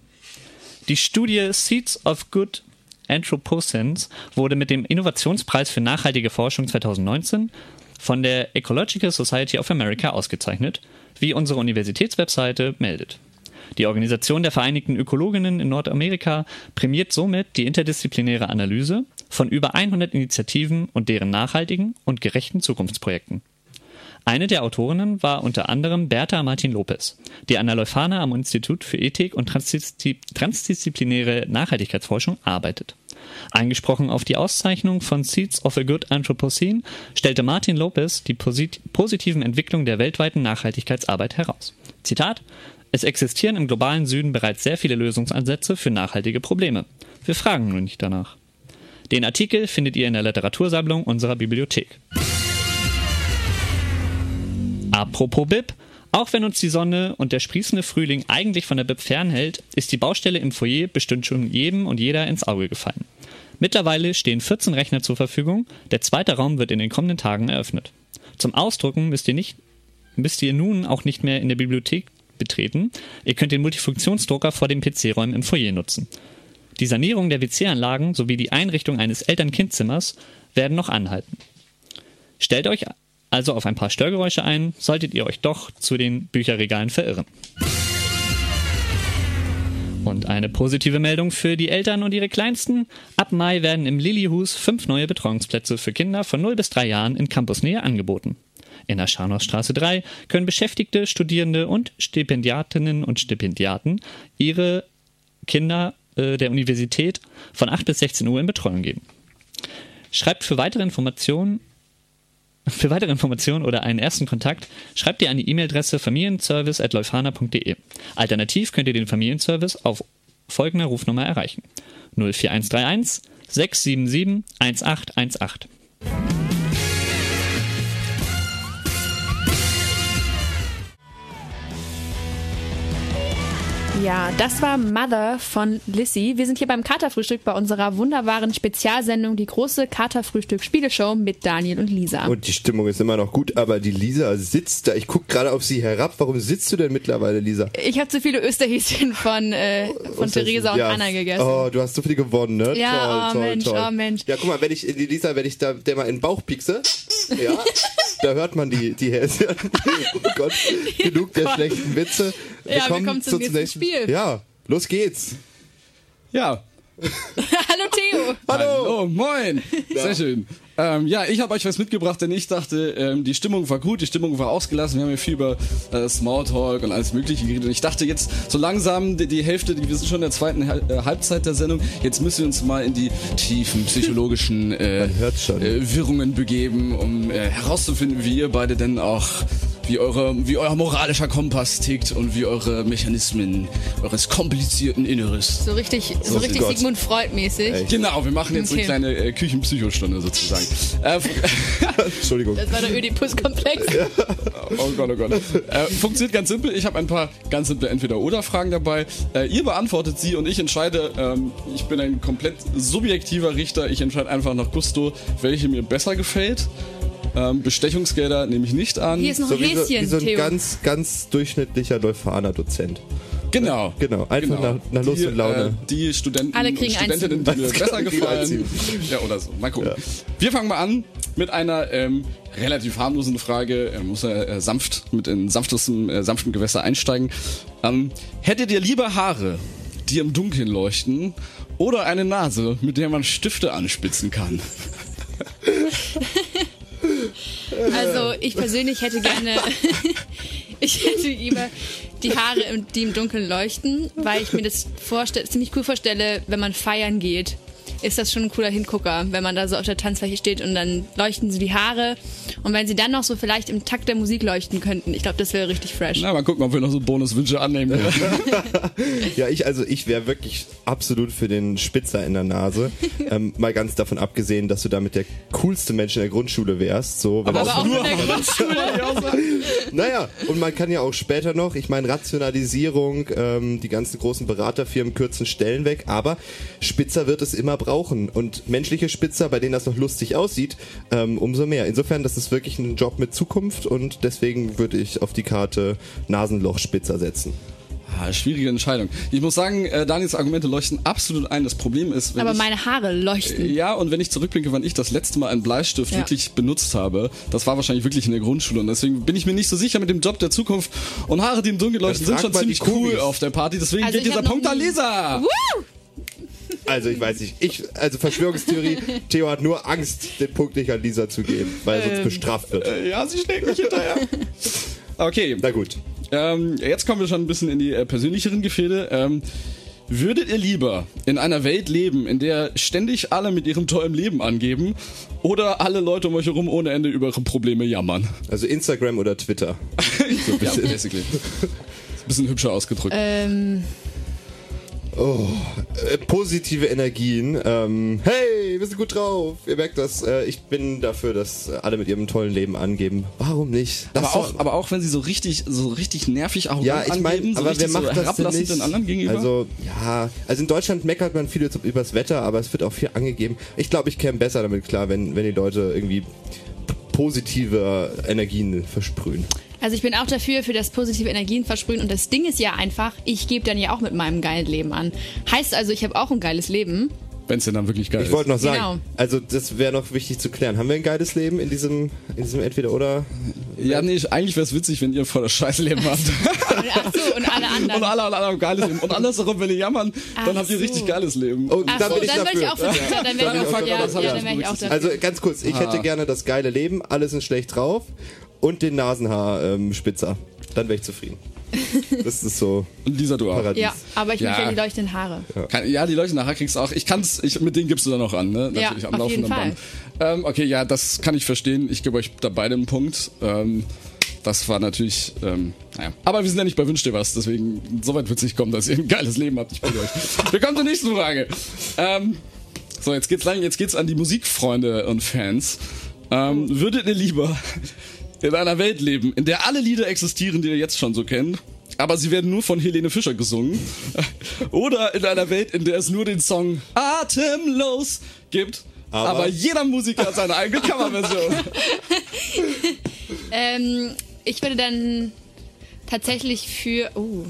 Speaker 6: Die Studie Seeds of Good Anthropocene wurde mit dem Innovationspreis für nachhaltige Forschung 2019 von der Ecological Society of America ausgezeichnet, wie unsere Universitätswebseite meldet. Die Organisation der Vereinigten Ökologinnen in Nordamerika prämiert somit die interdisziplinäre Analyse von über 100 Initiativen und deren nachhaltigen und gerechten Zukunftsprojekten. Eine der Autorinnen war unter anderem Berta Martin Lopez, die an der Leuphana am Institut für Ethik und Transdiszi- transdisziplinäre Nachhaltigkeitsforschung arbeitet. Angesprochen auf die Auszeichnung von Seeds of a Good Anthropocene stellte Martin Lopez die posit positiven Entwicklungen der weltweiten Nachhaltigkeitsarbeit heraus. Zitat es existieren im globalen Süden bereits sehr viele Lösungsansätze für nachhaltige Probleme. Wir fragen nur nicht danach. Den Artikel findet ihr in der Literatursammlung unserer Bibliothek. Apropos BIP. Auch wenn uns die Sonne und der sprießende Frühling eigentlich von der BIP fernhält, ist die Baustelle im Foyer bestimmt schon jedem und jeder ins Auge gefallen. Mittlerweile stehen 14 Rechner zur Verfügung, der zweite Raum wird in den kommenden Tagen eröffnet. Zum Ausdrucken müsst ihr, nicht, müsst ihr nun auch nicht mehr in der Bibliothek betreten. Ihr könnt den Multifunktionsdrucker vor den PC-Räumen im Foyer nutzen. Die Sanierung der WC-Anlagen sowie die Einrichtung eines Eltern-Kind-Zimmers werden noch anhalten. Stellt euch also auf ein paar Störgeräusche ein, solltet ihr euch doch zu den Bücherregalen verirren. Und eine positive Meldung für die Eltern und ihre Kleinsten. Ab Mai werden im Lilihus fünf neue Betreuungsplätze für Kinder von 0 bis 3 Jahren in Campusnähe angeboten. In der Scharnhorststraße 3 können Beschäftigte, Studierende und Stipendiatinnen und Stipendiaten ihre Kinder äh, der Universität von 8 bis 16 Uhr in Betreuung geben. Schreibt für weitere Informationen für weitere Informationen oder einen ersten Kontakt schreibt ihr an die E-Mail-Adresse familienservice.leufana.de. Alternativ könnt ihr den Familienservice auf folgender Rufnummer erreichen: 04131 677 1818.
Speaker 5: Ja, das war Mother von Lissy. Wir sind hier beim Katerfrühstück bei unserer wunderbaren Spezialsendung, die große Katerfrühstück-Spieleshow mit Daniel und Lisa.
Speaker 4: Und die Stimmung ist immer noch gut, aber die Lisa sitzt da. Ich gucke gerade auf sie herab. Warum sitzt du denn mittlerweile, Lisa?
Speaker 5: ich habe zu viele Österhäschen von, äh, von Theresa und
Speaker 4: Ja.
Speaker 5: Anna gegessen.
Speaker 4: Oh, du hast so viele gewonnen, ne?
Speaker 5: Ja,
Speaker 4: toll,
Speaker 5: oh
Speaker 4: toll,
Speaker 5: Mensch,
Speaker 4: toll.
Speaker 5: oh Mensch.
Speaker 4: Ja, guck mal, wenn ich, die Lisa, wenn ich da der mal in den Bauch piekse, ja, da hört man die, die Häschen. Oh Gott, genug der schlechten Witze.
Speaker 5: Ja, wir kommen zum nächsten Spiel.
Speaker 4: Ja, los geht's.
Speaker 13: Ja.
Speaker 5: Hallo Theo.
Speaker 13: Hallo, moin. Sehr schön. Ähm, ja, ich habe euch was mitgebracht, denn ich dachte, ähm, die Stimmung war gut, die Stimmung war ausgelassen. Wir haben ja viel über äh, Smalltalk und alles Mögliche geredet. Und ich dachte jetzt so langsam die, die Hälfte, die, wir sind schon in der zweiten Hal- äh, Halbzeit der Sendung. Jetzt müssen wir uns mal in die tiefen psychologischen äh, Äh, Wirrungen begeben, um äh, herauszufinden, wie ihr beide denn auch wie, eure, wie euer moralischer Kompass tickt und wie eure Mechanismen eures komplizierten Inneres.
Speaker 5: So richtig, so
Speaker 13: Oh
Speaker 5: richtig
Speaker 13: Gott.
Speaker 5: Sigmund Freud-mäßig.
Speaker 13: Genau, wir machen jetzt
Speaker 5: Okay.
Speaker 13: eine kleine äh, Küchenpsychostunde sozusagen. Äh,
Speaker 4: Entschuldigung.
Speaker 5: Das war der Ödipus-Komplex.
Speaker 13: Oh Gott, oh Gott. Äh, funktioniert ganz simpel. Ich habe ein paar ganz simple Entweder-Oder-Fragen dabei. Äh, ihr beantwortet sie und ich entscheide. Ähm, ich bin ein komplett subjektiver Richter. Ich entscheide einfach nach Gusto, welche mir besser gefällt. Ähm, Bestechungsgelder nehme ich nicht an.
Speaker 5: Hier ist noch ein
Speaker 4: So wie, so, wie
Speaker 5: Häschen,
Speaker 4: so ein
Speaker 5: Theo.
Speaker 4: ganz, ganz durchschnittlicher Leuphana-Dozent.
Speaker 13: Genau.
Speaker 4: Genau, einfach
Speaker 13: Genau.
Speaker 4: nach, nach Lust
Speaker 13: Die,
Speaker 4: und Laune.
Speaker 13: Äh, die Studenten
Speaker 5: Alle
Speaker 13: und
Speaker 5: kriegen
Speaker 13: Studentinnen, die
Speaker 5: eins.
Speaker 13: mir
Speaker 5: Das
Speaker 13: besser
Speaker 5: kann
Speaker 4: jeder
Speaker 13: gefallen.
Speaker 4: ziehen.
Speaker 13: Ja, oder so. Mal gucken. Wir fangen mal an mit einer ähm, relativ harmlosen Frage. Er muss ja äh, sanft mit in sanftestem, äh, sanftem Gewässer einsteigen. Ähm, hättet ihr lieber Haare, die im Dunkeln leuchten, oder eine Nase, mit der man Stifte anspitzen kann?
Speaker 5: Also ich persönlich hätte gerne, ich hätte lieber die Haare, im- die im Dunkeln leuchten, weil ich mir das vorste- ziemlich cool vorstelle, wenn man feiern geht. ist das schon ein cooler Hingucker, wenn man da so auf der Tanzfläche steht und dann leuchten so die Haare. Und wenn sie dann noch so vielleicht im Takt der Musik leuchten könnten, ich glaube, das wäre richtig fresh.
Speaker 13: Na, mal gucken, ob wir noch so Bonuswünsche annehmen können.
Speaker 4: Ja, ich also ich wäre wirklich absolut für den Spitzer in der Nase. ähm, mal ganz davon abgesehen, dass du damit der coolste Mensch in der Grundschule wärst. So, wenn das- Naja, und man kann ja auch später noch, ich meine, Rationalisierung, ähm, die ganzen großen Beraterfirmen kürzen Stellen weg, aber Spitzer wird es immer brauchen. Und menschliche Spitzer, bei denen das noch lustig aussieht, ähm, umso mehr. Insofern, das ist wirklich ein Job mit Zukunft und deswegen würde ich auf die Karte Nasenloch-Spitzer setzen.
Speaker 13: Ah, schwierige Entscheidung. Ich muss sagen, äh, Daniels Argumente leuchten absolut ein. Das Problem ist, wenn
Speaker 5: Aber
Speaker 13: ich,
Speaker 5: meine Haare leuchten.
Speaker 13: Ja, und wenn ich zurückblicke, wann ich das letzte Mal einen Bleistift
Speaker 5: Ja.
Speaker 13: wirklich benutzt habe, das war wahrscheinlich wirklich in der Grundschule. Und deswegen bin ich mir nicht so sicher mit dem Job der Zukunft. Und Haare, die im Dunkeln leuchten,
Speaker 4: Dann
Speaker 13: sind
Speaker 4: frag
Speaker 13: schon
Speaker 4: mal die
Speaker 13: ziemlich cool
Speaker 4: Kugis.
Speaker 13: auf der Party. Deswegen
Speaker 5: Also
Speaker 13: geht
Speaker 5: ich hab
Speaker 13: dieser
Speaker 5: noch
Speaker 13: Punkt an
Speaker 5: nie-
Speaker 13: Lisa.
Speaker 5: Woo!
Speaker 4: Also ich weiß nicht, ich, also Verschwörungstheorie, Theo hat nur Angst, den Punkt nicht an Lisa zu geben, weil er sonst
Speaker 13: Ähm,
Speaker 4: bestraft wird.
Speaker 13: äh, ja, sie schlägt mich hinterher. Okay.
Speaker 4: Na gut.
Speaker 13: Ähm, jetzt kommen wir schon ein bisschen in die äh, persönlicheren Gefilde. Ähm, würdet ihr lieber in einer Welt leben, in der ständig alle mit ihrem tollen Leben angeben oder alle Leute um euch herum ohne Ende über ihre Probleme jammern?
Speaker 4: Also Instagram oder Twitter.
Speaker 13: so ein bisschen. basically. Ist ein bisschen hübscher ausgedrückt.
Speaker 5: Ähm,
Speaker 4: Oh, äh, positive Energien. Ähm, hey, wir sind gut drauf. Ihr merkt das. Äh, ich bin dafür, dass äh, alle mit ihrem tollen Leben angeben. Warum nicht?
Speaker 13: aber
Speaker 4: Lass
Speaker 13: auch,
Speaker 4: doch-
Speaker 13: aber auch wenn sie so richtig, so richtig nervig arrogant
Speaker 4: ja, ich meine,
Speaker 13: angeben, so
Speaker 4: aber
Speaker 13: richtig
Speaker 4: wer macht
Speaker 13: so
Speaker 4: das denn
Speaker 13: herablassend
Speaker 4: nicht?
Speaker 13: den anderen gegenüber.
Speaker 4: Also, ja, also in Deutschland meckert man viel jetzt übers Wetter, aber es wird auch viel angegeben. Ich glaube, ich käme besser damit klar, wenn, wenn die Leute irgendwie positive Energien versprühen.
Speaker 5: Also ich bin auch dafür, für das positive Energien versprühen. Und das Ding ist ja einfach, ich gebe dann ja auch mit meinem geilen Leben an. Heißt also, ich habe auch ein geiles Leben.
Speaker 13: wenn es denn dann wirklich geil
Speaker 4: Ich wollte noch
Speaker 13: ist.
Speaker 4: sagen,
Speaker 5: Genau.
Speaker 4: also das wäre noch wichtig zu klären. Haben wir ein geiles Leben in diesem, in diesem Entweder-Oder?
Speaker 13: Ja, nee, eigentlich wäre es witzig, wenn ihr voll das Scheißleben habt.
Speaker 5: Ach so, und alle anderen.
Speaker 13: Und alle, alle, alle haben ein geiles Leben. Und andersherum, wenn ihr jammern,
Speaker 5: Ach
Speaker 13: dann habt ihr
Speaker 5: so.
Speaker 13: richtig geiles Leben.
Speaker 4: Und
Speaker 5: Ach so, dann würde ich auch für Twitter, dann wäre ich auch,
Speaker 13: Dann-
Speaker 5: ja, ja,
Speaker 13: das hab ich
Speaker 5: dann wäre ich auch dafür.
Speaker 4: Also ganz kurz, ich
Speaker 13: Ah.
Speaker 4: hätte gerne das geile Leben, alle sind schlecht drauf und den Nasenhaarspitzer. Dann wäre ich zufrieden. Das ist so
Speaker 13: Und Lisa, du auch.
Speaker 4: Paradies.
Speaker 5: ja, aber ich möchte ja die leuchtenden Haare.
Speaker 13: Kann, ja, die Leute nachher kriegst du auch. Ich kann's, ich, mit denen gibst du dann auch an, ne?
Speaker 5: Ja, auf jeden Fall.
Speaker 13: Ähm, okay, ja, das kann ich verstehen. Ich gebe euch da beide einen Punkt. Ähm, das war natürlich, ähm, naja. Aber wir sind ja nicht bei Wünsch dir was, deswegen so weit wird's nicht kommen, dass ihr ein geiles Leben habt. Ich bin euch. Wir kommen zur nächsten Frage. Ähm, so, jetzt geht's lang, jetzt geht's an die Musikfreunde und Fans. Ähm, würdet ihr lieber in einer Welt leben, in der alle Lieder existieren, die ihr jetzt schon so kennt, aber sie werden nur von Helene Fischer gesungen? Oder in einer Welt, in der es nur den Song Atemlos gibt, aber,
Speaker 4: Aber-
Speaker 13: jeder Musiker hat seine eigene Coverversion?
Speaker 5: Ähm, ich würde dann tatsächlich für. Oh.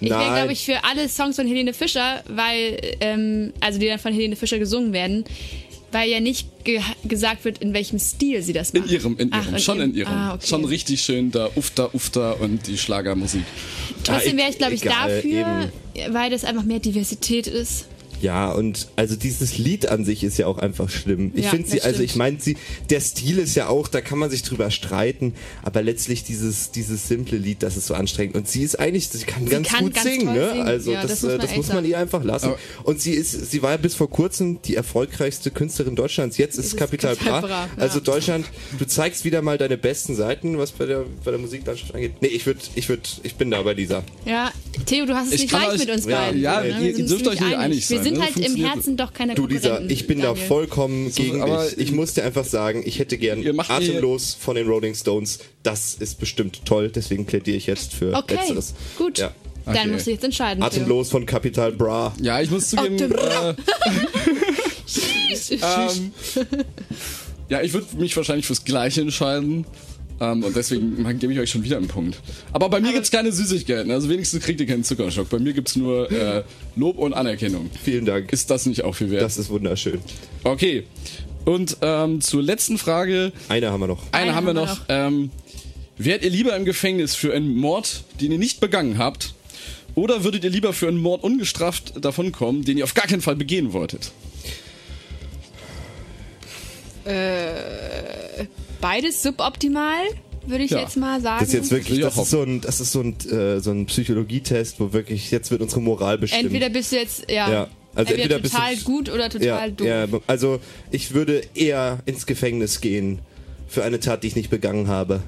Speaker 5: Ich wäre,
Speaker 4: Nein.
Speaker 5: glaube ich, für alle Songs von Helene Fischer, weil, ähm, also die dann von Helene Fischer gesungen werden, weil ja nicht ge gesagt wird, in welchem Stil sie das macht.
Speaker 13: In ihrem, in ihrem,
Speaker 5: Ach,
Speaker 13: schon in ihrem.
Speaker 5: Ah, okay.
Speaker 13: Schon richtig schön da Ufter, Ufter und die Schlagermusik. Ah,
Speaker 5: Trotzdem wäre ich, glaube ich,
Speaker 4: Egal,
Speaker 5: dafür, weil das einfach mehr Diversität ist.
Speaker 4: Ja, und also dieses Lied an sich ist ja auch einfach schlimm. Ich
Speaker 5: Ja,
Speaker 4: finde sie,
Speaker 5: das
Speaker 4: also
Speaker 5: stimmt.
Speaker 4: ich meine sie, der Stil ist ja auch, da kann man sich drüber streiten, aber letztlich dieses, dieses simple Lied, das ist so anstrengend. Und sie ist eigentlich, sie kann ganz
Speaker 5: kann
Speaker 4: gut
Speaker 5: ganz
Speaker 4: singen,
Speaker 5: toll
Speaker 4: ne?
Speaker 5: singen.
Speaker 4: Also
Speaker 5: Ja,
Speaker 4: das,
Speaker 5: das
Speaker 4: das muss,
Speaker 5: muss man
Speaker 4: das
Speaker 5: echt
Speaker 4: muss man
Speaker 5: sagen.
Speaker 4: ihr einfach lassen. und sie ist, sie war ja bis vor kurzem die erfolgreichste Künstlerin Deutschlands. Jetzt ist es Capital Bra.
Speaker 5: Capital Bra, ja.
Speaker 4: Also Deutschland, du zeigst wieder mal deine besten Seiten, was bei der, bei der Musiklandschaft angeht. Nee, ich würde, ich würde, ich bin da bei dieser.
Speaker 5: Ja, Theo, du hast es
Speaker 13: Ich
Speaker 5: nicht
Speaker 13: kann
Speaker 5: leicht
Speaker 13: euch-
Speaker 5: mit uns
Speaker 13: ja,
Speaker 5: beiden.
Speaker 13: ja,
Speaker 5: ne?
Speaker 13: ihr-
Speaker 5: Wir
Speaker 13: ihr
Speaker 5: sind uns
Speaker 13: dürft euch nicht einig
Speaker 5: Wir
Speaker 13: sein,
Speaker 5: sind
Speaker 13: ne?
Speaker 5: halt im
Speaker 13: Funktioniert-
Speaker 5: Herzen doch keine
Speaker 4: Du, Lisa,
Speaker 5: Konkurrenten,
Speaker 4: ich bin da
Speaker 5: Daniel.
Speaker 4: vollkommen gegen
Speaker 13: aber
Speaker 4: dich. Ich muss dir einfach sagen, ich hätte gern
Speaker 13: Ihr macht mir-
Speaker 4: Atemlos von den Rolling Stones. Das ist bestimmt toll, deswegen plädiere ich jetzt für
Speaker 5: Okay,
Speaker 4: Letzteres.
Speaker 5: gut.
Speaker 4: Ja.
Speaker 13: Okay.
Speaker 5: Dann musst du jetzt entscheiden. Theo.
Speaker 4: Atemlos von Capital Bra.
Speaker 13: Ja, ich muss zugeben. Äh, ähm, ja, ich würde mich wahrscheinlich fürs Gleiche entscheiden. Ähm, und deswegen gebe ich euch schon wieder einen Punkt. Aber bei mir gibt's keine Süßigkeiten. Also wenigstens kriegt ihr keinen Zuckerschock. Bei mir gibt's nur äh, Lob und Anerkennung.
Speaker 4: Vielen Dank.
Speaker 13: Ist das nicht auch viel wert?
Speaker 4: Das ist wunderschön.
Speaker 13: Okay. Und ähm, zur letzten Frage.
Speaker 4: Eine haben wir noch.
Speaker 13: Eine, haben wir noch. Ähm, wärt ihr lieber im Gefängnis für einen Mord, den ihr nicht begangen habt? Oder würdet ihr lieber für einen Mord ungestraft davonkommen, den ihr auf gar keinen Fall begehen wolltet?
Speaker 5: Äh, beides suboptimal, würde ich
Speaker 13: Ja.
Speaker 5: jetzt mal sagen.
Speaker 4: Das ist jetzt wirklich,
Speaker 13: Ja,
Speaker 4: das ist so ein, das ist so ein, äh, so ein Psychologietest, wo wirklich, jetzt wird unsere Moral bestimmt.
Speaker 5: Entweder bist du jetzt, ja,
Speaker 4: Ja. Also entweder
Speaker 5: Entweder
Speaker 4: bist
Speaker 5: total
Speaker 4: du,
Speaker 5: gut oder total doof.
Speaker 4: ja, ja, also ich würde eher ins Gefängnis gehen für eine Tat, die ich nicht begangen habe,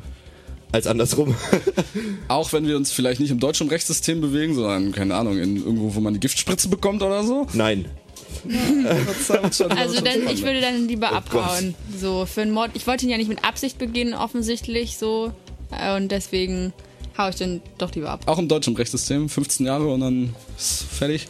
Speaker 4: als andersrum.
Speaker 13: Auch wenn wir uns vielleicht nicht im deutschen Rechtssystem bewegen, sondern, keine Ahnung, in irgendwo, wo man eine Giftspritze bekommt oder so?
Speaker 4: Nein.
Speaker 5: Also dann, ich würde dann lieber
Speaker 4: Oh
Speaker 13: Gott.
Speaker 5: abhauen. So, für einen Mord. Ich wollte ihn ja nicht mit Absicht begehen, offensichtlich so. Äh, Und deswegen hau ich dann doch lieber ab.
Speaker 13: Auch im deutschen Rechtssystem, 15 Jahre und dann ist fertig.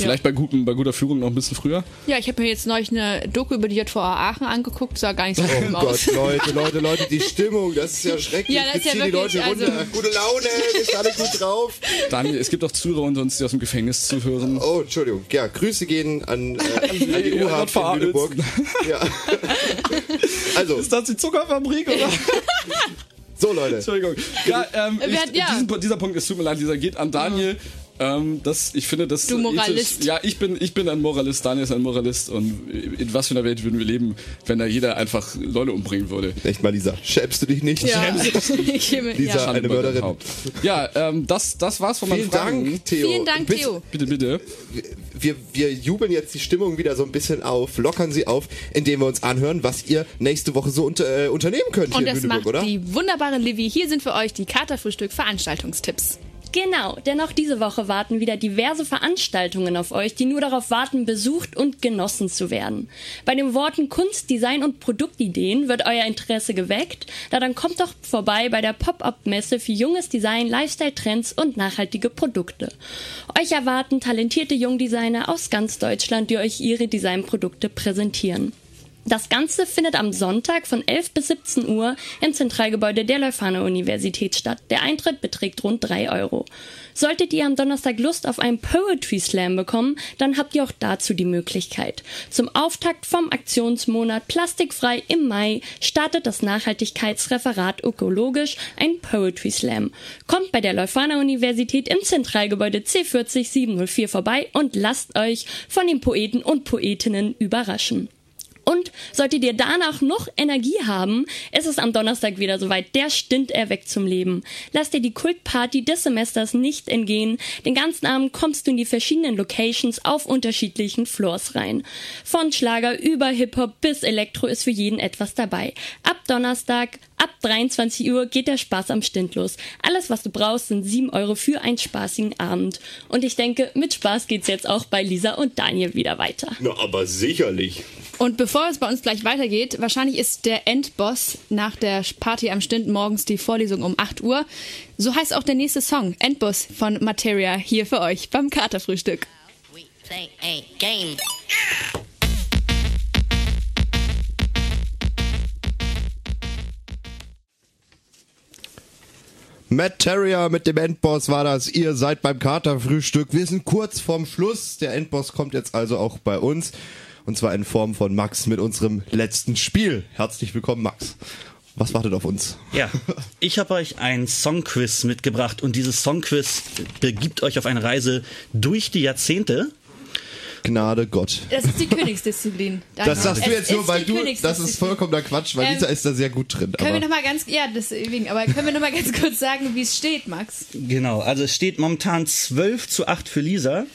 Speaker 13: Vielleicht bei, guten, bei guter Führung noch ein bisschen früher.
Speaker 5: Ja, ich habe mir jetzt neulich eine Doku über die JVA Aachen angeguckt, sah gar nicht so schlimm
Speaker 4: Oh
Speaker 5: aus.
Speaker 4: Gott, Leute, Leute, Leute, die Stimmung, das ist ja schrecklich.
Speaker 5: Ja, das ist
Speaker 4: Wir
Speaker 5: ja
Speaker 4: ziehen die Leute
Speaker 5: wirklich,
Speaker 4: runter.
Speaker 5: also-
Speaker 4: Gute Laune, wir sind alle gut drauf.
Speaker 13: Daniel, es gibt auch Zuhörer unter uns, die aus dem Gefängnis zuhören.
Speaker 4: Oh, Entschuldigung. Ja, Grüße gehen an, äh, an die
Speaker 13: Ihr
Speaker 4: UH
Speaker 13: wart
Speaker 4: in
Speaker 13: verarzt.
Speaker 4: Lüneburg. Ja. Also. Ist
Speaker 13: das die Zuckerfabrik, oder?
Speaker 4: So, Leute.
Speaker 13: Entschuldigung. Ja, ähm,
Speaker 5: Wer hat-
Speaker 13: ich,
Speaker 5: ja.
Speaker 13: Diesen, dieser Punkt, es tut mir leid, dieser geht an Daniel. Ähm, das, ich finde, das
Speaker 5: Du Moralist.
Speaker 13: ethisch- ja, ich bin, ich bin ein Moralist, Daniel ist ein Moralist und in was für einer Welt würden wir leben, wenn da jeder einfach Leute umbringen würde?
Speaker 4: Echt mal, Lisa, schämst du dich nicht?
Speaker 5: Ja, ich gehe mit, ja.
Speaker 4: eine Mörderin.
Speaker 13: Ja, ähm, das, das war's von meinen
Speaker 4: Vielen
Speaker 13: Fragen.
Speaker 4: Dank, Theo.
Speaker 5: Vielen Dank,
Speaker 4: Bitte-
Speaker 5: Theo.
Speaker 13: Bitte, bitte.
Speaker 4: Wir, wir jubeln jetzt die Stimmung wieder so ein bisschen auf, lockern sie auf, indem wir uns anhören, was ihr nächste Woche so unter, äh, unternehmen könnt
Speaker 5: Und
Speaker 4: hier in
Speaker 5: das
Speaker 4: Lüneburg,
Speaker 5: macht
Speaker 4: oder?
Speaker 5: die wunderbare Livy. Hier sind für euch die Katerfrühstück Veranstaltungstipps.
Speaker 14: Genau, denn auch diese Woche warten wieder diverse Veranstaltungen auf euch, die nur darauf warten, besucht und genossen zu werden. Bei den Worten Kunst, Design und Produktideen wird euer Interesse geweckt. Na dann kommt doch vorbei bei der Pop-Up-Messe für junges Design, Lifestyle-Trends und nachhaltige Produkte. Euch erwarten talentierte Jungdesigner aus ganz Deutschland, die euch ihre Designprodukte präsentieren. Das Ganze findet am Sonntag von 11 bis 17 Uhr im Zentralgebäude der Leuphana Universität statt. Der Eintritt beträgt rund 3 Euro. Solltet ihr am Donnerstag Lust auf einen Poetry Slam bekommen, dann habt ihr auch dazu die Möglichkeit. Zum Auftakt vom Aktionsmonat Plastikfrei im Mai startet das Nachhaltigkeitsreferat Ökologisch ein Poetry Slam. Kommt bei der Leuphana Universität im Zentralgebäude C40 704 vorbei und lasst euch von den Poeten und Poetinnen überraschen. Und solltet ihr danach noch Energie haben, ist es am Donnerstag wieder soweit. Der stimmt erweckt zum Leben. Lasst dir die Kultparty des Semesters nicht entgehen. Den ganzen Abend kommst du in die verschiedenen Locations auf unterschiedlichen Floors rein. Von Schlager über Hip-Hop bis Elektro ist für jeden etwas dabei. Ab Donnerstag, ab 23 Uhr geht der Spaß am Stint los. Alles, was du brauchst, sind 7 Euro für einen spaßigen Abend. Und ich denke, mit Spaß geht's jetzt auch bei Lisa und Daniel wieder weiter.
Speaker 4: Na, aber sicherlich.
Speaker 5: Und bevor es bei uns gleich weitergeht, wahrscheinlich ist der Endboss nach der Party am Stint morgens die Vorlesung um 8 Uhr. So heißt auch der nächste Song, Endboss von Materia, hier für euch beim Katerfrühstück.
Speaker 6: Play a game.
Speaker 4: Matt Terrier mit dem Endboss war das. Ihr seid beim Katerfrühstück. Wir sind kurz vorm Schluss. Der Endboss kommt jetzt also auch bei uns. Und zwar in Form von Max mit unserem letzten Spiel. Herzlich willkommen, Max. Was wartet auf uns?
Speaker 9: Ja, ich habe euch ein Songquiz mitgebracht und dieses Songquiz begibt euch auf eine Reise durch die Jahrzehnte.
Speaker 4: Gnade Gott.
Speaker 5: Das ist die Königsdisziplin.
Speaker 4: Das sagst du
Speaker 5: Es
Speaker 4: jetzt nur,
Speaker 5: ist
Speaker 4: weil
Speaker 5: die
Speaker 4: du. Das ist
Speaker 5: Königsdisziplin.
Speaker 4: vollkommener Quatsch, weil
Speaker 5: Ähm,
Speaker 4: Lisa ist da sehr gut drin.
Speaker 5: Können wir
Speaker 4: Aber
Speaker 5: nochmal ganz, ja, deswegen, aber können wir nochmal ganz kurz sagen, wie es steht, Max?
Speaker 9: Genau, also es steht momentan 12 zu 8 für Lisa,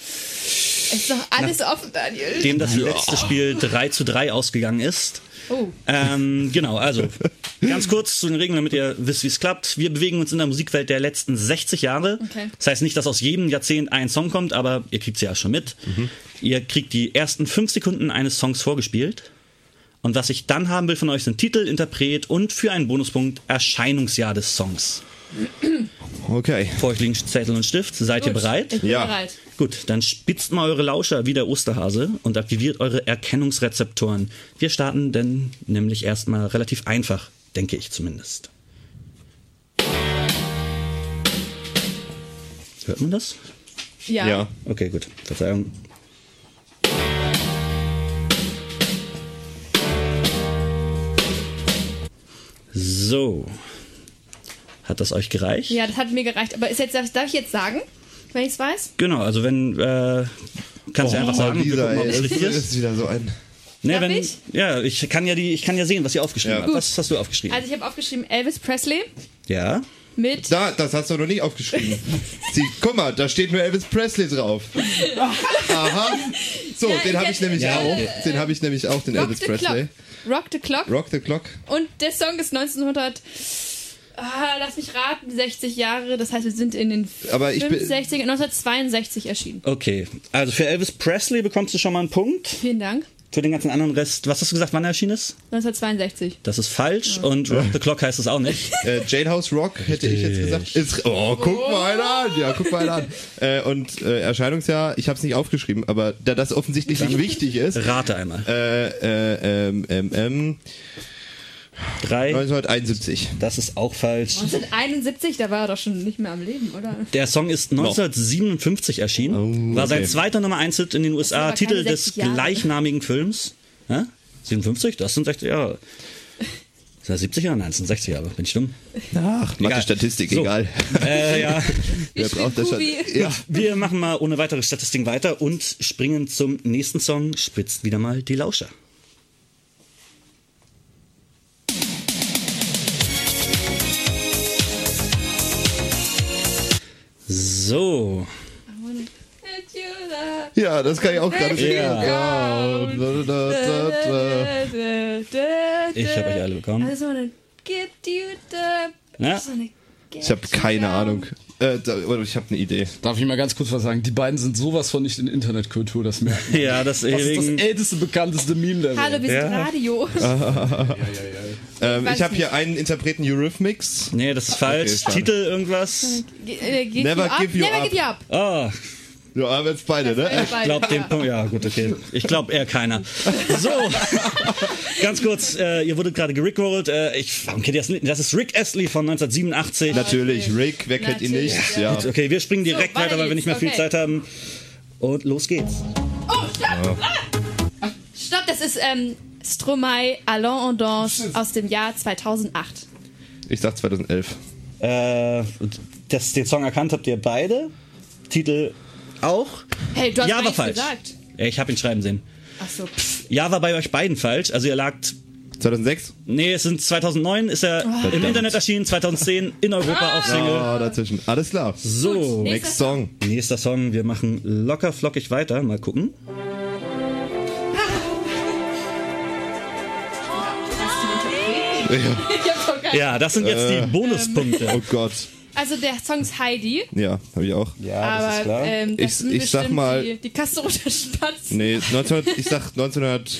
Speaker 5: Ist doch alles offen, Daniel.
Speaker 9: dem das letzte Spiel 3 zu 3 ausgegangen ist.
Speaker 5: Oh.
Speaker 9: Ähm, genau, also ganz kurz zu den Regeln, damit ihr wisst, wie es klappt. Wir bewegen uns in der Musikwelt der letzten 60 Jahre.
Speaker 5: Okay.
Speaker 9: Das heißt nicht, dass aus jedem Jahrzehnt ein Song kommt, aber ihr kriegt sie ja schon mit. Ihr kriegt die ersten fünf Sekunden eines Songs vorgespielt. Und was ich dann haben will von euch sind Titel, Interpret und für einen Bonuspunkt Erscheinungsjahr des Songs.
Speaker 4: Okay.
Speaker 9: Vor euch liegen Zettel und Stift. Seid ihr
Speaker 5: Gut,
Speaker 9: bereit?
Speaker 5: ich bin Ja. bereit.
Speaker 9: Gut, dann spitzt mal eure Lauscher wie der Osterhase und aktiviert eure Erkennungsrezeptoren. Wir starten denn nämlich erstmal relativ einfach, denke ich zumindest. Hört man das?
Speaker 5: Ja.
Speaker 9: Okay, gut. Verzeihung. So. Hat das euch gereicht?
Speaker 5: Ja, das hat mir gereicht. Aber ist jetzt, darf darf ich jetzt sagen, wenn ich es weiß?
Speaker 9: Genau, also wenn äh, kannst du einfach sagen, und wir
Speaker 4: Lisa,
Speaker 9: gucken, ob
Speaker 4: ey,
Speaker 9: es
Speaker 4: das
Speaker 9: richtig
Speaker 4: ist
Speaker 9: ist.
Speaker 4: wieder so ein.
Speaker 9: Nee,
Speaker 5: Darf
Speaker 9: wenn,
Speaker 5: ich?
Speaker 9: Ja, ich kann ja die, ich kann ja sehen, was ihr aufgeschrieben habt.
Speaker 5: Gut.
Speaker 9: Was hast du aufgeschrieben?
Speaker 5: Also ich habe aufgeschrieben Elvis Presley,
Speaker 9: ja.
Speaker 5: Mit.
Speaker 4: Da, das hast du noch nicht aufgeschrieben. Sie, guck mal, da steht nur Elvis Presley drauf. Aha. So,
Speaker 5: Ja,
Speaker 4: den
Speaker 5: ich
Speaker 4: habe ich
Speaker 5: hätte-
Speaker 4: nämlich
Speaker 5: ja,
Speaker 4: auch.
Speaker 5: äh,
Speaker 4: Den habe ich nämlich auch, den
Speaker 5: Rock
Speaker 4: Elvis
Speaker 5: the
Speaker 4: Presley.
Speaker 5: Clock. Rock the Clock.
Speaker 4: Rock the Clock.
Speaker 5: Und der Song ist 1900. Ah, lass mich raten, 60 Jahre. Das heißt, wir sind in den
Speaker 9: Aber ich bin-
Speaker 5: 60 1962 erschienen.
Speaker 9: Okay, also für Elvis Presley bekommst du schon mal einen Punkt.
Speaker 5: Vielen Dank.
Speaker 9: Für den ganzen anderen Rest, was hast du gesagt, wann er erschienen ist?
Speaker 5: 1962.
Speaker 9: Das ist falsch und Rock the Clock heißt es auch nicht.
Speaker 4: Äh, Jailhouse Rock hätte ich jetzt gesagt. Ist, oh, guck mal einer an. Ja, guck mal einer an. Äh, und äh, Erscheinungsjahr, ich habe es nicht aufgeschrieben, aber da das offensichtlich nicht wichtig ist.
Speaker 9: Rate einmal.
Speaker 4: Äh, äh, ähm, ähm, ähm. 1971.
Speaker 9: Das ist auch falsch.
Speaker 5: Oh, 1971, da war er doch schon nicht mehr am Leben, oder?
Speaker 9: Der Song ist 1957 erschienen, war sein
Speaker 4: okay.
Speaker 9: zweiter Nummer 1 Hit in den
Speaker 5: aber
Speaker 9: USA,
Speaker 5: keine
Speaker 9: Titel des
Speaker 5: 60 Jahre.
Speaker 9: gleichnamigen Films. Ja? 57, das sind 60 Jahre. Sind das 70 Jahre? Nein, das sind 60 Jahre. Bin ich dumm?
Speaker 4: Ach, Mathe, Statistik, egal.
Speaker 9: Äh, ja.
Speaker 4: Wer braucht das schon? Ja.
Speaker 9: Gut, Wir machen mal ohne weitere Statistiken weiter und springen zum nächsten Song. Spitzt wieder mal die Lauscher. So.
Speaker 4: Ja, das kann ich auch gerade
Speaker 9: Ja.
Speaker 4: singen. Ja.
Speaker 9: Ich hab euch alle bekommen.
Speaker 5: I just wanna get you the-
Speaker 9: Ja.
Speaker 5: just wanna get
Speaker 4: Ich habe keine Ahnung. Äh, da, oder ich habe eine Idee.
Speaker 13: Darf ich mal ganz kurz was sagen? Die beiden sind sowas von nicht in Internetkultur, das merkt man.
Speaker 9: Ja, das,
Speaker 13: das ist das
Speaker 9: ewigen-
Speaker 13: älteste, bekannteste Meme der Welt.
Speaker 5: Hallo, wir sind Radio.
Speaker 4: ähm,
Speaker 5: Weiß
Speaker 4: ich habe
Speaker 5: nicht.
Speaker 4: hier einen Interpreten Eurythmics.
Speaker 9: Nee, das ist falsch. Titel irgendwas?
Speaker 5: Ge- äh, give
Speaker 4: Never
Speaker 5: you up.
Speaker 4: give you
Speaker 5: Never
Speaker 4: up.
Speaker 5: give you up.
Speaker 9: Ah.
Speaker 4: Ja, haben wir jetzt beide, ne?
Speaker 5: Ich beide,
Speaker 9: glaub den
Speaker 5: ja.
Speaker 9: Punkt. Ja, gut, okay. Ich glaube eher keiner. So, ganz kurz, äh, ihr wurdet gerade gerickrollt. Äh, ich, warum kennt ihr das nicht? Das ist Rick Astley von 1987.
Speaker 4: Natürlich, Rick, wer kennt ihn
Speaker 9: Natürlich,
Speaker 4: nicht?
Speaker 9: Ja.
Speaker 4: Ja.
Speaker 9: Gut, okay, wir springen direkt
Speaker 5: So, weiter
Speaker 9: weiter, weil wir nicht mehr
Speaker 5: geht's,
Speaker 9: viel
Speaker 5: okay.
Speaker 9: Zeit haben. Und los geht's.
Speaker 5: Oh, stopp! Ah! Stopp, das ist ähm, Stromae Allons en Danse aus dem Jahr 2008.
Speaker 4: Ich sag 2011.
Speaker 9: Äh, das, den Song erkannt habt ihr beide. Titel auch.
Speaker 5: Hey, du hast
Speaker 9: ja, war
Speaker 5: nichts
Speaker 9: falsch.
Speaker 5: gesagt.
Speaker 9: Ja, Ich habe ihn schreiben sehen.
Speaker 5: Achso.
Speaker 9: Ja, war bei euch beiden falsch. Also ihr lagt.
Speaker 4: 2006?
Speaker 9: Nee, es sind 2009 ist er im
Speaker 4: Oh. Verdammt.
Speaker 9: Internet erschienen, 2010 in Europa auf Single.
Speaker 4: Ja, Ah, dazwischen. Alles klar.
Speaker 9: So,
Speaker 4: Next Song.
Speaker 9: Nächster Song, wir machen locker flockig weiter. Mal gucken.
Speaker 4: Ja.
Speaker 5: Ich hab doch keine-
Speaker 9: Ja, das sind jetzt
Speaker 4: Äh,
Speaker 9: die Bonuspunkte.
Speaker 4: Oh Gott.
Speaker 5: Also der Song ist Heidi,
Speaker 4: Ja, habe ich auch.
Speaker 9: Ja,
Speaker 5: aber ähm, das
Speaker 4: Ich-
Speaker 5: sind
Speaker 4: ich sag
Speaker 5: bestimmt
Speaker 4: mal-
Speaker 5: die, die Kasse roter Spatz.
Speaker 4: Nee, 1900, ich sag 1900.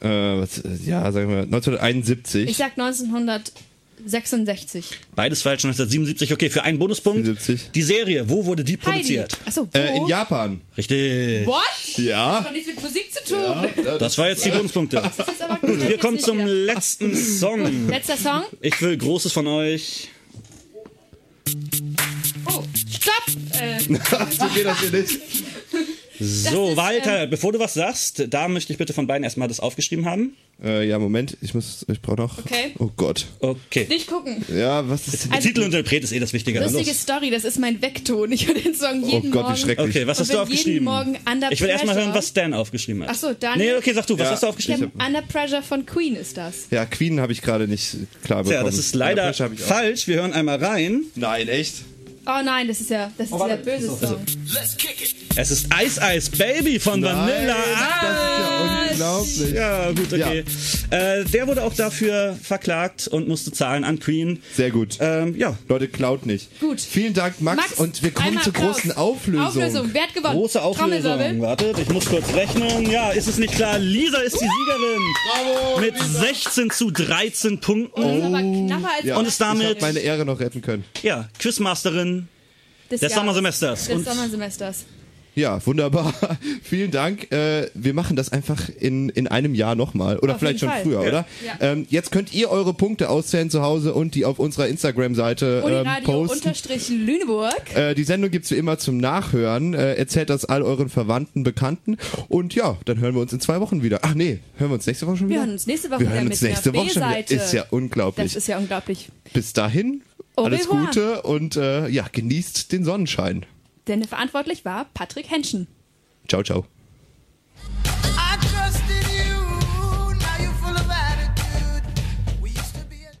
Speaker 4: Äh, was, ja, sagen wir 1971.
Speaker 5: Ich sag 1966.
Speaker 9: Beides falsch, 1977. Okay, für einen Bonuspunkt. Die Serie, wo wurde die produziert?
Speaker 5: Heidi. Achso.
Speaker 4: Äh, in Japan.
Speaker 9: Richtig.
Speaker 5: What? Das
Speaker 4: Ja.
Speaker 5: hat nichts mit Musik zu tun.
Speaker 9: Das war jetzt die Bonuspunkte. Gut, wir kommen zum letzten Song.
Speaker 5: Letzter Song.
Speaker 9: Ich will Großes von euch.
Speaker 5: Oh, stopp! Äh,
Speaker 4: so geht das hier nicht.
Speaker 9: So, Walter, bevor du was sagst, da möchte ich bitte von beiden erstmal das aufgeschrieben haben.
Speaker 4: Äh, ja, Moment, ich muss, ich brauche noch.
Speaker 5: Okay.
Speaker 4: Oh Gott.
Speaker 9: Okay.
Speaker 5: nicht gucken.
Speaker 4: Ja, was ist denn?
Speaker 5: Also-
Speaker 9: Titel und Interpret ist eh das Wichtige.
Speaker 5: Lustige
Speaker 9: Los.
Speaker 5: Story, das ist mein Weckton. Ich höre den Song jeden
Speaker 4: Oh Gott, wie
Speaker 5: Morgen.
Speaker 4: schrecklich.
Speaker 9: Okay, was
Speaker 5: Und
Speaker 9: hast du
Speaker 5: wenn jeden
Speaker 9: aufgeschrieben?
Speaker 5: Morgen Under
Speaker 9: ich will erstmal
Speaker 5: Pressure-
Speaker 9: hören, was Dan aufgeschrieben hat.
Speaker 5: Achso, Daniel.
Speaker 9: Nee, okay, sag du, was
Speaker 4: Ja,
Speaker 9: hast du
Speaker 5: Ich hab
Speaker 9: aufgeschrieben?
Speaker 5: Under Pressure von Queen ist das.
Speaker 4: Ja, Queen habe ich gerade nicht klar bekommen.
Speaker 9: Tja, das ist leider
Speaker 4: Pressure hab ich auch.
Speaker 9: falsch. Wir hören einmal rein.
Speaker 4: Nein, echt?
Speaker 5: Oh nein, das ist ja, das ist ja böse Song.
Speaker 9: Also, Es ist Ice Ice Baby von Vanilla
Speaker 4: Das ist ja
Speaker 9: Ice.
Speaker 4: unglaublich.
Speaker 9: Ja, gut, okay. Äh, der wurde auch dafür verklagt und musste zahlen an Queen.
Speaker 4: Sehr gut.
Speaker 9: Ähm, ja.
Speaker 4: Leute, klaut nicht.
Speaker 5: Gut.
Speaker 4: Vielen Dank, Max.
Speaker 5: Max,
Speaker 4: und wir kommen
Speaker 5: einmal
Speaker 4: zur
Speaker 5: Applaus.
Speaker 4: großen Auflösung.
Speaker 5: Auflösung, wer hat gewonnen?
Speaker 9: Große Auflösung.
Speaker 5: Trommelwirbel.
Speaker 9: Wartet, ich muss kurz rechnen. Ja, ist es nicht klar. Lisa ist die Siegerin.
Speaker 4: Bravo,
Speaker 9: Mit 16 zu 13 Punkten.
Speaker 5: Das ist aber knapper als
Speaker 4: Oh. Ja,
Speaker 9: Und ist damit-
Speaker 4: ich hab meine Ehre noch retten können.
Speaker 9: Ja, Quizmasterin
Speaker 5: des,
Speaker 9: des
Speaker 5: Jahres-
Speaker 9: Sommersemesters.
Speaker 5: Des
Speaker 9: Und
Speaker 5: Sommersemesters.
Speaker 4: Ja, wunderbar. Vielen Dank. Äh, wir machen das einfach in, in einem Jahr nochmal. Oder
Speaker 5: Auf
Speaker 4: vielleicht schon
Speaker 5: jeden Fall.
Speaker 4: früher,
Speaker 5: Ja.
Speaker 4: oder?
Speaker 5: Ja.
Speaker 4: Ähm, jetzt könnt ihr eure Punkte auszählen zu Hause und die auf unserer Instagram-Seite ähm,
Speaker 5: Uniradio
Speaker 4: posten.
Speaker 5: unterstrich Lüneburg.
Speaker 4: Äh, die Sendung gibt's wie immer zum Nachhören. Äh, erzählt das all euren Verwandten, Bekannten. Und ja, dann hören wir uns in zwei Wochen wieder. Ach nee, hören wir uns nächste Woche schon
Speaker 5: Wir
Speaker 4: wieder?
Speaker 5: hören uns nächste Woche
Speaker 4: Wir
Speaker 5: wieder
Speaker 4: hören
Speaker 5: mit
Speaker 4: uns nächste
Speaker 5: der
Speaker 4: Woche schon wieder.
Speaker 5: B-Seite.
Speaker 4: Ist ja unglaublich.
Speaker 5: Das ist ja unglaublich.
Speaker 4: Bis dahin,
Speaker 5: Au
Speaker 4: alles
Speaker 5: revoir.
Speaker 4: Gute und äh, ja, genießt den Sonnenschein.
Speaker 5: Denn verantwortlich war Patrick Henschen.
Speaker 4: Ciao, ciao.